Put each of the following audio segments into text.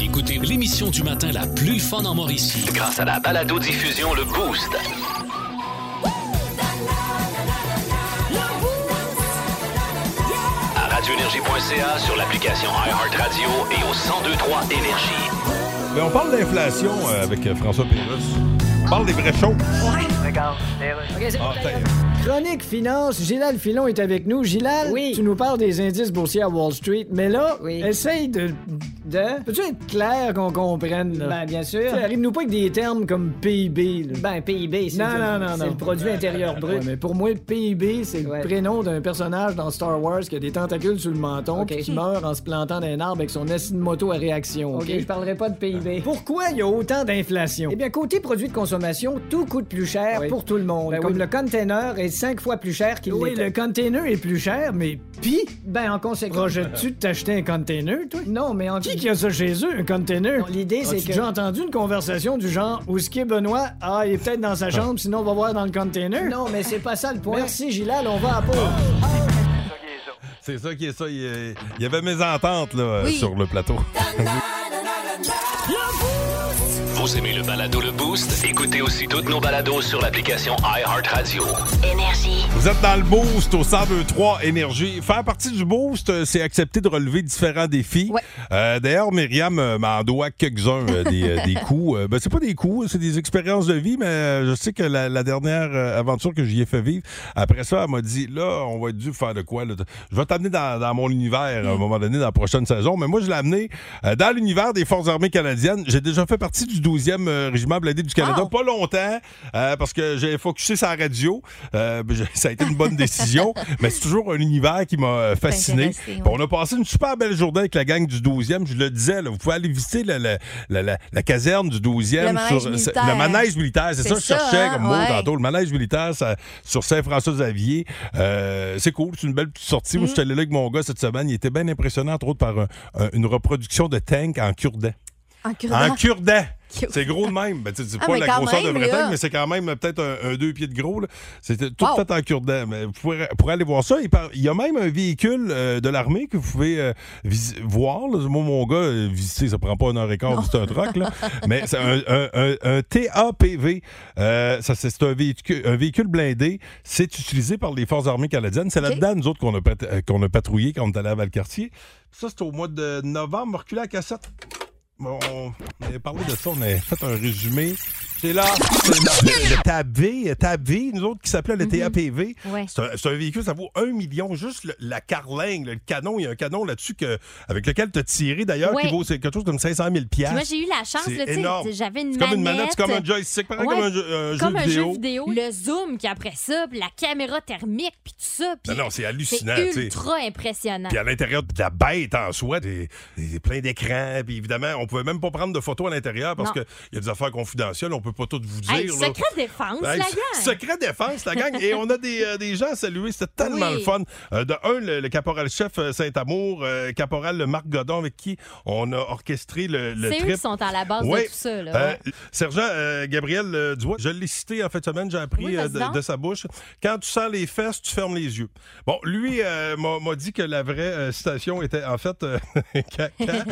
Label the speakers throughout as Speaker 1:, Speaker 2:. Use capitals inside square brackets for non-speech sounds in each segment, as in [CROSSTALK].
Speaker 1: Écoutez l'émission du matin la plus fun en Mauricie.
Speaker 2: Grâce à la balado diffusion le boost. À radioénergie.ca sur l'application iHeartRadio et au 1023 énergie.
Speaker 3: Mais on parle d'inflation euh, avec euh, François Pérus. On parle des vraies choses. Ah, t'as-
Speaker 4: Chronique Finance, Gilal Filon est avec nous. Gilal,
Speaker 5: Oui.
Speaker 4: tu nous parles des indices boursiers à Wall Street, mais là,
Speaker 5: Oui.
Speaker 4: essaye de... de... Peux-tu être clair qu'on comprenne? là?
Speaker 5: Ben, bien sûr.
Speaker 4: Tu sais, Arrive-nous pas avec des termes comme PIB. là.
Speaker 5: Ben, PIB, c'est
Speaker 4: Non,
Speaker 5: le,
Speaker 4: non, non,
Speaker 5: c'est
Speaker 4: non.
Speaker 5: le produit intérieur brut.
Speaker 4: Ouais, mais pour moi, le PIB, c'est
Speaker 5: Ouais.
Speaker 4: le prénom d'un personnage dans Star Wars qui a des tentacules sur le menton
Speaker 5: Ok.
Speaker 4: puis qui meurt en se plantant d'un arbre avec son acide moto à réaction. Ah.
Speaker 5: OK, je parlerai pas de PIB.
Speaker 4: Pourquoi il y a autant d'inflation?
Speaker 5: Eh bien, côté produits de consommation, tout coûte plus cher
Speaker 4: Oui.
Speaker 5: pour tout le monde.
Speaker 4: Ben
Speaker 5: comme
Speaker 4: oui.
Speaker 5: le container est cinq fois plus cher qu'il
Speaker 4: oui,
Speaker 5: l'était.
Speaker 4: le container est plus cher, mais pis,
Speaker 5: Ben, en conséquence...
Speaker 4: projettes-tu de t'acheter un container, toi?
Speaker 5: Non, mais en...
Speaker 4: Qui qui a ça chez eux, un container?
Speaker 5: Non, l'idée, c'est
Speaker 4: As-tu
Speaker 5: que-
Speaker 4: déjà entendu une conversation du genre où ce qui est Benoît, ah, il est peut-être dans sa chambre, sinon on va voir dans le container?
Speaker 5: Non, mais c'est pas ça le point.
Speaker 4: Merci, Gilal, on va à pause.
Speaker 3: C'est ça qui est ça. Il y a- il y avait mes ententes là, sur le plateau.
Speaker 2: Vous aimez le balado le boost Écoutez aussi toutes nos balados sur l'application iHeartRadio.
Speaker 6: Énergie.
Speaker 3: Vous êtes dans le boost au 1023 Énergie. Faire partie du boost, euh, c'est accepter de relever différents défis.
Speaker 6: Ouais.
Speaker 3: Euh, D'ailleurs, Myriam euh, m'en doit quelques-uns euh, des, euh,
Speaker 6: [LAUGHS]
Speaker 3: des coups. Euh, ben, c'est pas des coups, c'est des expériences de vie, mais euh, je sais que la, la dernière euh, aventure que j'y ai fait vivre, après ça, elle m'a dit là, on va être dû faire de quoi là? Je vais t'amener dans, dans mon univers à
Speaker 6: Mm.
Speaker 3: un moment donné dans la prochaine saison. Mais moi, je l'ai amené euh, dans l'univers des Forces armées canadiennes. J'ai déjà fait partie du 12e euh, régiment blindé du Canada.
Speaker 6: Ah.
Speaker 3: Pas longtemps, euh, parce que j'ai focusé sur la radio. Euh, ben, je- [LAUGHS] ça a été une bonne décision, mais c'est toujours un univers qui m'a euh, fasciné.
Speaker 6: Intéressé, ouais.
Speaker 3: Puis On a passé une super belle journée avec la gang du 12e. Je le disais, là, vous pouvez aller visiter la, la- la- la- la caserne du 12e.
Speaker 6: Le manège militaire.
Speaker 3: le manège militaire, c'est
Speaker 6: C'est
Speaker 3: ça que je
Speaker 6: ça,
Speaker 3: cherchais
Speaker 6: hein,
Speaker 3: comme mot
Speaker 6: ouais.
Speaker 3: tantôt. Le manège militaire ça- sur Saint-François-Xavier. Euh, c'est cool, c'est une belle petite sortie.
Speaker 6: Mm.
Speaker 3: Moi, je suis allé là avec mon gars cette semaine. Il était bien impressionné, entre autres, par un- un- une reproduction de tank en cure-dent.
Speaker 6: En cure
Speaker 3: En cure-dent.
Speaker 6: Cure-dent.
Speaker 3: C'est gros de même. Ben, tu sais, c'est
Speaker 6: Ah,
Speaker 3: pas
Speaker 6: mais
Speaker 3: la
Speaker 6: quand
Speaker 3: grosseur
Speaker 6: même,
Speaker 3: de vrai
Speaker 6: là.
Speaker 3: tank, mais c'est quand même euh, peut-être un, un deux pieds de gros. là. C'était tout
Speaker 6: Wow.
Speaker 3: fait en cure-dent. Mais Vous pourrez, pourrez aller voir ça. Il, par- il y a même un véhicule euh, de l'armée que vous pouvez euh, visi- voir. là. Moi, mon gars, euh, visiter, ça prend pas un heure et quart, c'est un truck. là. mais c'est un, un- un- un TAPV. Euh, ça, c'est c'est un véhicule, un véhicule blindé. C'est utilisé par les forces armées canadiennes. C'est là-dedans, nous autres, qu'on a, pat- euh, qu'on a patrouillé quand on est allé à Valcartier. Ça, c'est au mois de novembre. Reculez à cassette. Bon, on avait parlé de ça, on avait fait un résumé. C'est là, c'est là. Le, le Tab V, le Tab V, nous autres qui s'appelait
Speaker 7: Mhm.
Speaker 3: le TAPV.
Speaker 6: Ouais.
Speaker 3: C'est un, c'est un véhicule, ça vaut un million. Juste le- la carlingue, le canon, il y a un canon là-dessus que, avec lequel tu as tiré d'ailleurs qui
Speaker 7: Ouais.
Speaker 3: vaut c'est quelque chose comme 500 000
Speaker 7: Puis
Speaker 3: piastres.
Speaker 7: moi, j'ai eu la chance,
Speaker 3: C'est
Speaker 7: là, tu sais,
Speaker 3: énorme.
Speaker 7: j'avais une
Speaker 3: C'est
Speaker 7: manette.
Speaker 3: comme une manette, c'est comme un joystick, pareil
Speaker 7: Ouais,
Speaker 3: comme un, jeu, un
Speaker 7: comme
Speaker 3: jeu
Speaker 7: un
Speaker 3: vidéo.
Speaker 7: jeu vidéo. Le zoom, puis après ça, puis la caméra thermique, puis tout ça. puis
Speaker 3: Non, non, c'est
Speaker 7: c'est
Speaker 3: hallucinant, tu sais.
Speaker 7: ultra impressionnant.
Speaker 3: Puis à l'intérieur de la bête en soi, des, des- plein d'écrans. Puis évidemment, on pouvait même pas prendre de photos à l'intérieur parce
Speaker 7: Non.
Speaker 3: qu'il y a des affaires confidentielles, on peut pas toutes vous dire.
Speaker 7: Hey,
Speaker 3: là.
Speaker 7: secret défense,
Speaker 3: Hey,
Speaker 7: la
Speaker 3: se-
Speaker 7: gang.
Speaker 3: Secret défense, la gang. Et on a des, euh, des gens à saluer. C'était tellement
Speaker 7: Oui.
Speaker 3: le fun. Euh, de un, le, le caporal-chef euh, Saint-Amour, euh, caporal le Marc Godon, avec qui on a orchestré le, le
Speaker 7: C'est eux
Speaker 3: trip.
Speaker 7: qui sont à la base
Speaker 3: Ouais.
Speaker 7: de tout ça. Là,
Speaker 3: Euh,
Speaker 7: ouais.
Speaker 3: sergent euh, Gabriel euh, Dubois, je l'ai cité en fin de semaine, j'ai appris
Speaker 7: Oui,
Speaker 3: euh,
Speaker 7: vas-y
Speaker 3: de,
Speaker 7: donc.
Speaker 3: de sa bouche. Quand tu sens les fesses, tu fermes les yeux. Bon, lui euh, m'a m'a dit que la vraie euh, citation était en fait euh, [LAUGHS] quand, quand-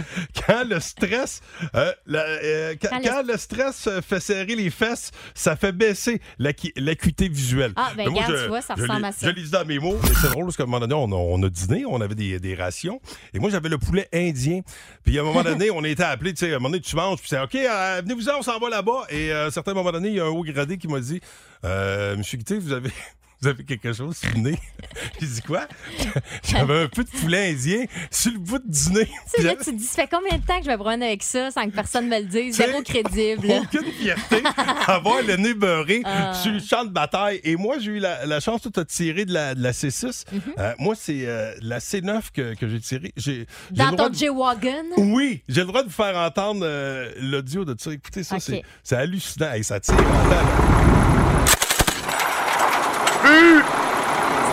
Speaker 3: quand le stress, euh, la- euh, quand,
Speaker 7: Quand le-
Speaker 3: quand le stress euh, fait serrer les fesses, ça fait baisser l'acu- l'acuité visuelle.
Speaker 7: Ah, ben,
Speaker 3: Mais moi,
Speaker 7: regarde,
Speaker 3: je-
Speaker 7: tu vois, ça
Speaker 3: je
Speaker 7: ressemble
Speaker 3: l'ai-
Speaker 7: à ça.
Speaker 3: Je l'ai dit dans mes mots, mais c'est drôle parce qu'à un moment donné, on a, on a dîné, on avait des, des rations, et moi, j'avais le poulet indien. Puis à un [LAUGHS] moment donné, on était appelés, tu sais, à un moment donné, tu manges, puis c'est OK, euh, venez-vous-en, on s'en va là-bas. Et euh, à un certain moment donné, il y a un haut gradé qui m'a dit euh, Monsieur Guité, vous avez. [LAUGHS] Vous avez quelque chose sur le nez? [LAUGHS] J'ai dit quoi? [LAUGHS] J'avais un peu de poulet indien sur le bout du nez.
Speaker 7: Tu sais, là, tu te dis, ça fait combien de temps que je me promène avec ça sans que personne me le dise?
Speaker 3: Tu sais,
Speaker 7: Zéro crédible. là.
Speaker 3: aucune fierté avoir le nez beurré
Speaker 7: Ah.
Speaker 3: sur le champ de bataille. Et moi, j'ai eu la, la chance de te tirer de la, de la C6.
Speaker 7: Mhm.
Speaker 3: Euh, moi, c'est euh, la C9 que, que j'ai tirée. J'ai- j'ai le
Speaker 7: Dans
Speaker 3: droit
Speaker 7: ton
Speaker 3: de-
Speaker 7: J-Wagon.
Speaker 3: Oui, j'ai le droit de vous faire entendre euh, l'audio de ça. Écoutez ça,
Speaker 7: Ok.
Speaker 3: c'est- c'est hallucinant. Hey, ça tire. Attends,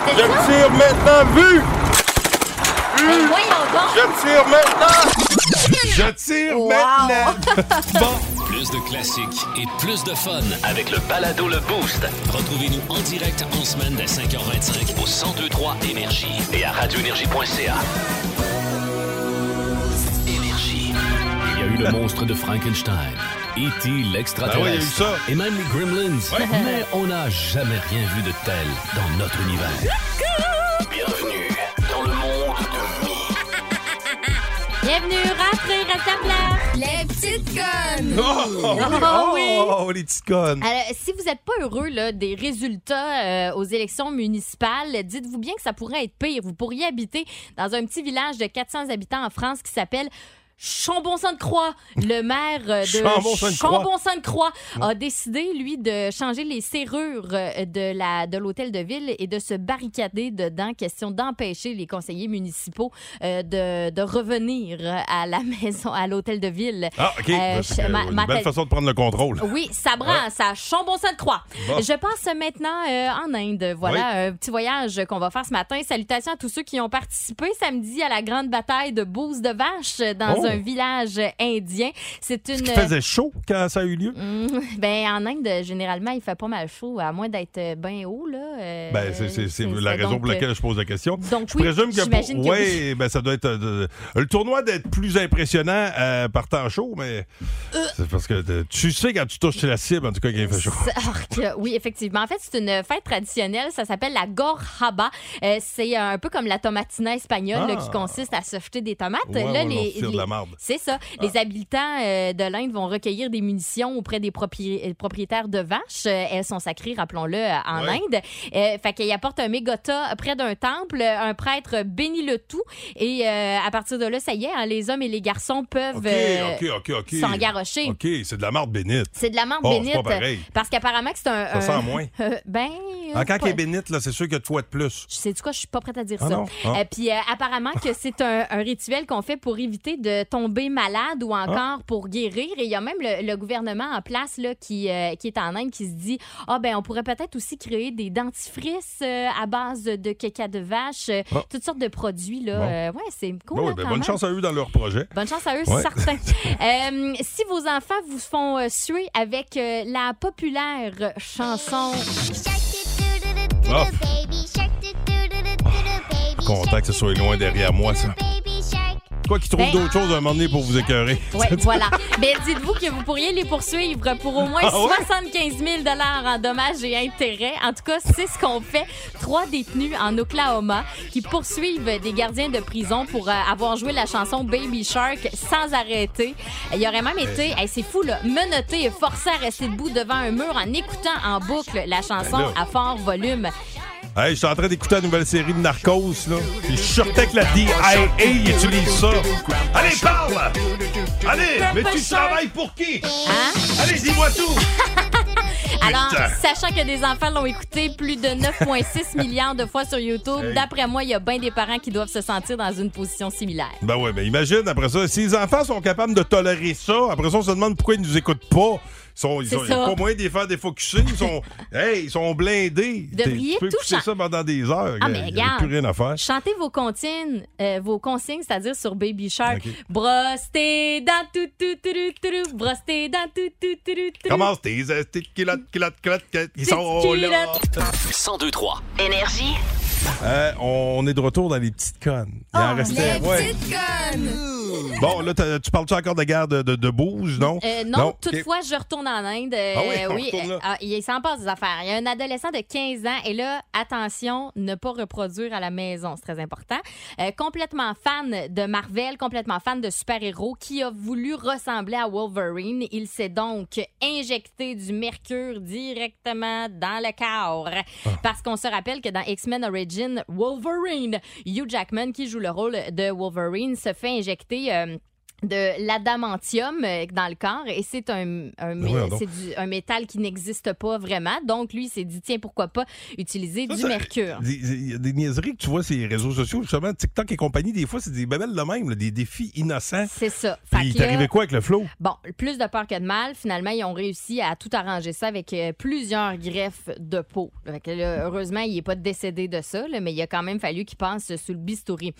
Speaker 7: C'était ça?
Speaker 3: tire maintenant, vu!
Speaker 7: Ben, voyons donc.
Speaker 3: Je tire maintenant! Je tire
Speaker 7: [LAUGHS]
Speaker 3: maintenant! bon,
Speaker 1: Plus de classiques et plus de fun.
Speaker 2: Avec le balado le boost
Speaker 1: Retrouvez-nous en direct en semaine dès 5h25
Speaker 2: au 1023 énergie et à radioénergie.ca. Énergie.
Speaker 1: Il y a eu
Speaker 2: le monstre de Frankenstein, E.T.
Speaker 3: Ah oui, il y a eu
Speaker 2: l'extraterrestre,
Speaker 3: ça.
Speaker 2: et même les Gremlins. [LAUGHS] Mais on n'a jamais rien vu de tel dans notre univers. Bienvenue dans le monde de
Speaker 7: Bienvenue, rentrez, reste à place.
Speaker 6: Les petites connes!
Speaker 3: Oh, oh, oui.
Speaker 7: Ah oui.
Speaker 3: Oh, les petites connes.
Speaker 7: Alors, Euh, si vous n'êtes pas heureux là, des résultats euh, aux élections municipales, dites-vous bien que ça pourrait être pire. Vous pourriez habiter dans un petit village de 400 habitants en France qui s'appelle Chambon-Sainte-Croix. Le maire euh, de
Speaker 3: Chambon-Sainte-Croix.
Speaker 7: Chambon-Sainte-Croix a décidé, lui, de changer les serrures euh, de la de l'hôtel de ville et de se barricader dedans, question d'empêcher les conseillers municipaux euh, de, de revenir à la [LAUGHS] maison, à l'hôtel de ville.
Speaker 3: Ah, OK.
Speaker 7: Euh,
Speaker 3: Ben, c'est
Speaker 7: je- ma-
Speaker 3: une
Speaker 7: ma
Speaker 3: belle
Speaker 7: tête-
Speaker 3: façon de prendre le contrôle.
Speaker 7: Oui, ça brasse à Chambon-Sainte-Croix.
Speaker 3: Bon.
Speaker 7: Je passe maintenant euh, en Inde. Voilà un petit voyage qu'on va faire ce matin. Salutations à tous ceux qui ont participé samedi à la grande bataille de Bouse de Vache dans
Speaker 3: Oh.
Speaker 7: un village indien. C'est une.
Speaker 3: Il faisait chaud quand ça a eu lieu.
Speaker 7: Mm, ben, en Inde, généralement, il fait pas mal chaud, à moins d'être bien haut, là. euh,
Speaker 3: Ben, c'est- c'est c'est la
Speaker 7: ça.
Speaker 3: raison
Speaker 7: Donc,
Speaker 3: pour laquelle je pose la question.
Speaker 7: euh, Donc,
Speaker 3: Je
Speaker 7: oui,
Speaker 3: présume que,
Speaker 7: j'imagine que oui.
Speaker 3: oui, ben ça doit être euh, le tournoi d'être plus impressionnant euh, par temps chaud, mais c'est parce que euh, tu sais quand tu touches la cible en tout cas qu'il fait chaud.
Speaker 7: Ça- ah, que- Oui, effectivement. En fait, c'est une fête traditionnelle. Ça s'appelle la gorhaba. Euh, c'est un peu comme la tomatina espagnole
Speaker 3: Ah.
Speaker 7: là, qui consiste à se jeter des tomates.
Speaker 3: Ouais, ouais,
Speaker 7: Là, les-
Speaker 3: on tire de
Speaker 7: les-
Speaker 3: la marde. Ah.
Speaker 7: c'est ça. Les habitants euh, de l'Inde vont recueillir des munitions auprès des propri- euh, propriétaires de vaches. Euh, Elles sont sacrées, rappelons-le, euh, en
Speaker 3: Ouais.
Speaker 7: Inde. Euh, fait qu'ils apportent un mégota près d'un temple. euh, Un prêtre bénit le tout. Et euh, à partir de là, ça y est, hein, les hommes et les garçons peuvent
Speaker 3: OK,
Speaker 7: euh,
Speaker 3: OK, OK, OK.
Speaker 7: s'engarrocher.
Speaker 3: OK, c'est de la marde bénite.
Speaker 7: C'est de la marde
Speaker 3: Oh, c'est
Speaker 7: bénite. Euh,
Speaker 3: pas pareil.
Speaker 7: Parce qu'apparemment que c'est un.
Speaker 3: Ça
Speaker 7: un-
Speaker 3: sent moins.
Speaker 7: Euh, [LAUGHS] ben.
Speaker 3: Ah,
Speaker 7: c'est
Speaker 3: quand
Speaker 7: pas-
Speaker 3: il est bénite, là, c'est sûr qu'il y a de fois de plus.
Speaker 7: Je sais du quoi, je suis pas prête à dire
Speaker 3: Ah
Speaker 7: ça.
Speaker 3: non? Ah.
Speaker 7: Euh, puis euh, apparemment que c'est un, un rituel qu'on fait pour éviter de tomber malade
Speaker 3: Ah.
Speaker 7: ou encore pour guérir. Et il y a même le, le gouvernement en place là, qui, euh, qui est en Inde qui se dit ah ben on pourrait peut-être aussi créer des dentifrices euh, à base de caca de vache, euh,
Speaker 3: Ah.
Speaker 7: toutes sortes de produits là.
Speaker 3: Bon.
Speaker 7: Euh, ouais, c'est cool.
Speaker 3: Bon,
Speaker 7: hein,
Speaker 3: ouais, ben,
Speaker 7: quand
Speaker 3: bonne
Speaker 7: même.
Speaker 3: chance à eux dans leur projet.
Speaker 7: Bonne chance à eux,
Speaker 3: Ouais.
Speaker 7: c'est
Speaker 3: [LAUGHS]
Speaker 7: certain. Euh, si vos enfants vous font euh, suer avec euh, la populaire chanson
Speaker 3: Ah.
Speaker 8: Content que ce soit loin derrière moi, ça.
Speaker 3: Quoi qu'ils trouvent
Speaker 7: Ben-
Speaker 3: d'autres choses à un moment donné pour vous écœurer. [LAUGHS]
Speaker 7: Ouais, voilà. Mais dites-vous que vous pourriez les poursuivre pour au moins
Speaker 3: Ah ouais?
Speaker 7: 75 000 en dommages et intérêts. En tout cas, c'est ce qu'on fait. Trois détenus en Oklahoma qui poursuivent des gardiens de prison pour euh, avoir joué la chanson Baby Shark sans arrêter. Il aurait même été, hey, c'est fou, là, menotté et forcé à rester debout devant un mur en écoutant en boucle la chanson
Speaker 3: Ben là.
Speaker 7: à fort volume.
Speaker 3: Hey, je suis en train d'écouter la nouvelle série de Narcos, là. Puis je suis certain que la DIA utilise ça. Allez, parle! Allez, mais tu travailles pour qui?
Speaker 7: Hein?
Speaker 3: Allez, dis-moi tout!
Speaker 7: Alors,
Speaker 3: Putain.
Speaker 7: sachant que des enfants l'ont écouté plus de 9,6 milliards de fois sur YouTube,
Speaker 3: Hey.
Speaker 7: d'après moi, il y a bien des parents qui doivent se sentir dans une position similaire.
Speaker 3: Ben ouais, mais imagine après ça, si les enfants sont capables de tolérer ça, après ça, on se demande pourquoi ils nous écoutent pas. Ils sont, ils
Speaker 7: C'est
Speaker 3: ont, ils ont
Speaker 7: ça.
Speaker 3: pas moyen de les faire défocuser. Ils
Speaker 7: [LAUGHS]
Speaker 3: sont, hey, ils sont blindés.
Speaker 7: Vous devriez
Speaker 3: tu peux
Speaker 7: tout
Speaker 3: écouter
Speaker 7: chan-
Speaker 3: ça pendant des heures. gars.
Speaker 7: Ah, mais
Speaker 3: Il y a
Speaker 7: regarde.
Speaker 3: plus rien à faire.
Speaker 7: Chantez vos consignes, euh, vos consignes, c'est-à-dire sur Baby Shark.
Speaker 3: Ok.
Speaker 7: Brosse tes dents, tout, tout, tout, tout, tout, tout. Brosse tes dents, tout, tout, tout, tout, tout.
Speaker 3: Commence tes tes culottes, culottes, culottes, culottes, Ils
Speaker 7: Petites
Speaker 3: sont là.
Speaker 7: culottes.
Speaker 2: 1023.
Speaker 6: Énergie.
Speaker 3: Euh, on est de retour dans les petites connes. Il
Speaker 7: Ah,
Speaker 3: en restait.
Speaker 6: Les
Speaker 3: ouais.
Speaker 6: petites connes!
Speaker 3: Bon, là, t'as- tu parles-tu encore de guerre de, de, de Bouge, non?
Speaker 7: Euh, non,
Speaker 3: Non,
Speaker 7: toutefois, je retourne en Inde. Euh,
Speaker 3: Ah oui, on
Speaker 7: euh,
Speaker 3: retourne là.
Speaker 7: ah, il s'en passe des affaires. Il y a un adolescent de 15 ans et là, attention, ne pas reproduire à la maison, c'est très important. Euh, complètement fan de Marvel, complètement fan de super-héros, qui a voulu ressembler à Wolverine. Il s'est donc injecté du mercure directement dans le corps.
Speaker 3: Ah.
Speaker 7: Parce qu'on se rappelle que dans X-Men Origin, Wolverine, Hugh Jackman, qui joue le rôle de Wolverine, se fait injecter... euh, de l'adamantium euh, dans le corps et c'est un, un, mé-
Speaker 3: Ben voyons donc.
Speaker 7: c'est du- un métal qui n'existe pas vraiment. Donc, lui, il s'est dit, tiens, pourquoi pas utiliser
Speaker 3: Ça,
Speaker 7: du
Speaker 3: ça-
Speaker 7: mercure.
Speaker 3: Des- Il y a des niaiseries que tu vois sur les réseaux sociaux, justement, TikTok et compagnie, des fois, c'est des babelles de même, là, des défis innocents.
Speaker 7: C'est ça. Fait
Speaker 3: Puis, il
Speaker 7: que
Speaker 3: t'est
Speaker 7: là,
Speaker 3: arrivé quoi avec le flow?
Speaker 7: bon, plus de peur que de mal. Finalement, ils ont réussi à tout arranger ça avec euh, plusieurs greffes de peau. Fait que là, heureusement, il n'est pas décédé de ça, là, mais il a quand même fallu qu'il passe sous le bistouri.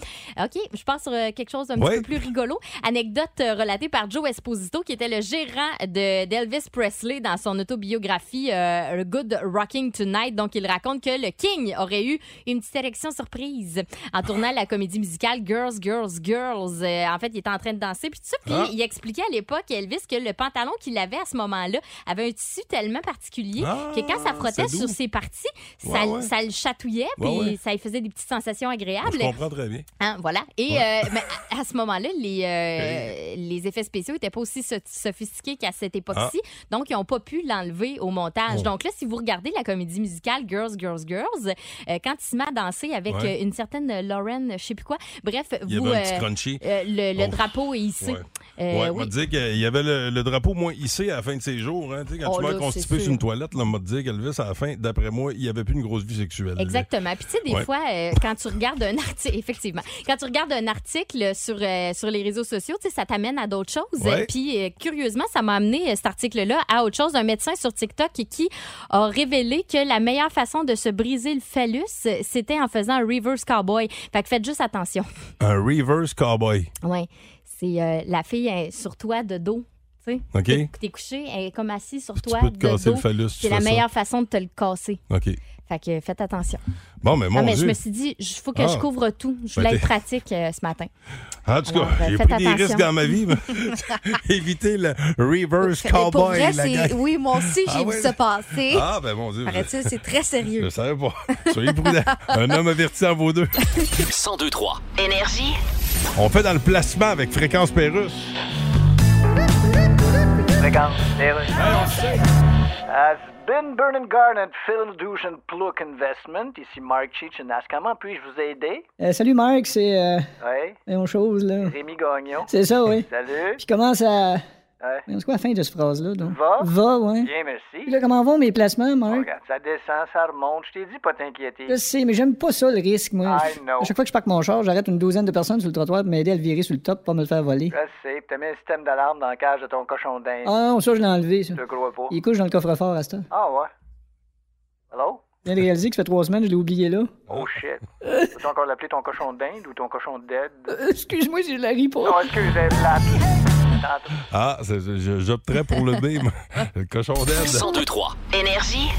Speaker 7: OK, je passe sur euh, quelque chose d'un
Speaker 3: Ouais.
Speaker 7: petit peu plus rigolo. Anecdote anecdote euh, relatée par Joe Esposito, qui était le gérant de- d'Elvis Presley dans son autobiographie euh, A Good Rocking Tonight. Donc, il raconte que le King aurait eu une petite érection surprise en tournant la comédie musicale Girls, Girls, Girls. Euh, en fait, il était en train de danser, puis tout ça. Puis,
Speaker 3: Ah.
Speaker 7: il expliquait à l'époque, Elvis, que le pantalon qu'il avait à ce moment-là avait un tissu tellement particulier
Speaker 3: Ah,
Speaker 7: que quand ça frottait
Speaker 3: c'est doux.
Speaker 7: sur ses parties, ça,
Speaker 3: Ouais, ouais.
Speaker 7: ça le chatouillait, puis
Speaker 3: Ouais, ouais.
Speaker 7: ça lui faisait des petites sensations agréables.
Speaker 3: Je comprends très bien.
Speaker 7: Hein, voilà. Et euh, ben, à, à ce moment-là, les, euh, les effets spéciaux n'étaient pas aussi so- sophistiqués qu'à cette époque-ci. Donc, ils n'ont pas pu l'enlever au montage.
Speaker 3: Ah. Oh.
Speaker 7: Donc là, si vous regardez la comédie musicale Girls, Girls, Girls, euh, quand il se met à danser avec
Speaker 3: Ouais.
Speaker 7: euh, une certaine Lauren, je sais plus quoi, bref,
Speaker 3: Il y
Speaker 7: vous...
Speaker 3: avait un petit
Speaker 7: euh,
Speaker 3: crunchy.
Speaker 7: euh, le, le
Speaker 3: Oh.
Speaker 7: drapeau est hissé.
Speaker 3: Ouais.
Speaker 7: Euh,
Speaker 3: ouais,
Speaker 7: oui.
Speaker 3: m'a dit qu'il y avait le, le drapeau moins hissé à la fin de ses jours. Hein. Tu sais, Quand
Speaker 7: Oh,
Speaker 3: tu vas
Speaker 7: là,
Speaker 3: constipé
Speaker 7: c'est
Speaker 3: sur une
Speaker 7: sûr.
Speaker 3: toilette, là, m'a dit qu'Elvis, à la fin, d'après moi, il n'y avait plus une grosse vie sexuelle. lui.
Speaker 7: Exactement. Puis tu sais, des
Speaker 3: Ouais.
Speaker 7: fois, euh, quand tu regardes un article, [LAUGHS] effectivement, quand tu regardes un article sur, euh, sur les réseaux sociaux, tu sais, ça t'amène à d'autres choses.
Speaker 3: Ouais.
Speaker 7: Puis euh, curieusement, ça m'a amené euh, cet article-là à autre chose. Un médecin sur TikTok qui a révélé que la meilleure façon de se briser le phallus, euh, c'était en faisant un reverse cowboy. Fait que faites juste attention. [LAUGHS]
Speaker 3: Un reverse cowboy.
Speaker 7: Ouais. C'est euh, la fille euh, sur toi de dos. Tu sais,
Speaker 3: OK.
Speaker 7: T'es- t'es couché, elle est comme assise sur toi
Speaker 3: tu peux
Speaker 7: de
Speaker 3: te casser
Speaker 7: dos.
Speaker 3: le phallus. si tu
Speaker 7: C'est la
Speaker 3: fais ça.
Speaker 7: meilleure façon de te le casser.
Speaker 3: OK.
Speaker 7: Fait que euh, faites attention.
Speaker 3: Bon, mais mon
Speaker 7: Ah, mais
Speaker 3: Dieu.
Speaker 7: je me suis dit, il faut que
Speaker 3: Ah.
Speaker 7: je couvre tout. Je
Speaker 3: Ben,
Speaker 7: voulais être
Speaker 3: t'es-
Speaker 7: pratique euh, ce matin.
Speaker 3: En tout cas,
Speaker 7: Alors, euh,
Speaker 3: j'ai
Speaker 7: faites
Speaker 3: pris des
Speaker 7: attention.
Speaker 3: risques dans ma vie.
Speaker 7: [LAUGHS]
Speaker 3: mais Éviter le reverse
Speaker 6: Mais pour
Speaker 3: cowboy.
Speaker 6: vrai,
Speaker 3: la
Speaker 6: c'est-
Speaker 3: gang.
Speaker 6: oui, moi aussi, j'ai
Speaker 3: Ah
Speaker 6: vu
Speaker 3: ouais.
Speaker 6: ça passer.
Speaker 3: Ah, ben mon Dieu. Je,
Speaker 6: Paraît-il, c'est très
Speaker 3: je
Speaker 6: sérieux.
Speaker 3: savais pas. [LAUGHS] Soyez prudents. Un homme averti en vaut deux.
Speaker 2: 1023.
Speaker 6: Énergie.
Speaker 3: On fait dans le placement avec Fréquence Pérusse.
Speaker 9: Regarde, les rues. I've been Vernon Garn and Phil Douche and Pluck Investment. Ici Mark Chichinas. Comment puis-je vous aider?
Speaker 5: Euh, salut Marc, c'est euh,
Speaker 9: Oui,
Speaker 5: on chose là.
Speaker 9: Rémi Gagnon.
Speaker 5: C'est ça, oui.
Speaker 9: Salut.
Speaker 5: Puis comment ça
Speaker 9: Ouais.
Speaker 5: C'est quoi la fin de cette phrase là donc
Speaker 9: Va?
Speaker 5: Va, ouais.
Speaker 9: Bien,
Speaker 5: Puis
Speaker 9: merci. Oh,
Speaker 5: là, comment vont mes placements, Marc
Speaker 9: Regarde, ça descend, ça remonte. Je t'ai dit, pas t'inquiéter.
Speaker 5: Je sais, mais j'aime pas ça le risque, moi.
Speaker 9: I know.
Speaker 5: À chaque fois que je parque mon char, j'arrête une douzaine de personnes sur le trottoir pour m'aider à le virer sur le top, pour pas me le faire voler.
Speaker 9: Je sais, pis t'as mis un système d'alarme dans la cage de ton cochon d'Inde.
Speaker 5: Ah non, ça, je l'ai enlevé, ça.
Speaker 9: Je te crois pas.
Speaker 5: Il couche dans le coffre-fort à ce temps.
Speaker 9: Ah ouais. Hello?
Speaker 5: Je viens de réaliser que ça fait trois semaines, je l'ai oublié là.
Speaker 9: Oh shit. Peux-tu encore l'appeler ton cochon d'Inde ou ton cochon dead?
Speaker 10: Euh,
Speaker 5: Excuse-moi si je la ris pas.
Speaker 9: Non, excusez, la... Tantôt.
Speaker 3: Ah, c'est- je- j'opterais pour le B, moi. le cochon d'aide.
Speaker 2: 1023.
Speaker 6: Énergie.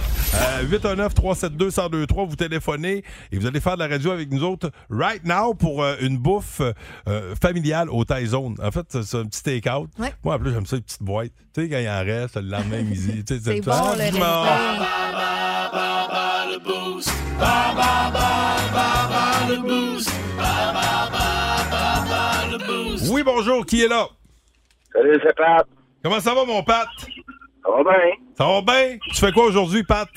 Speaker 3: 819-372-1023, vous téléphonez et vous allez faire de la radio avec nous autres right now pour euh, une bouffe euh, euh, familiale au Thai Zone. En fait, c'est- c'est un petit take-out.
Speaker 6: Ouais.
Speaker 3: Moi, en plus, j'aime ça, les petites boîtes. Tu sais, quand il en reste, le
Speaker 6: [LAUGHS]
Speaker 3: lendemain midi. tu sais,
Speaker 6: C'est
Speaker 3: ça.
Speaker 6: bon, le
Speaker 3: Ah,
Speaker 6: restant.
Speaker 3: Oui, bonjour, qui est là?
Speaker 11: Salut, c'est Pat.
Speaker 3: Comment ça va, mon Pat?
Speaker 11: Ça va bien?
Speaker 3: Ça va bien? Tu fais quoi aujourd'hui, Pat?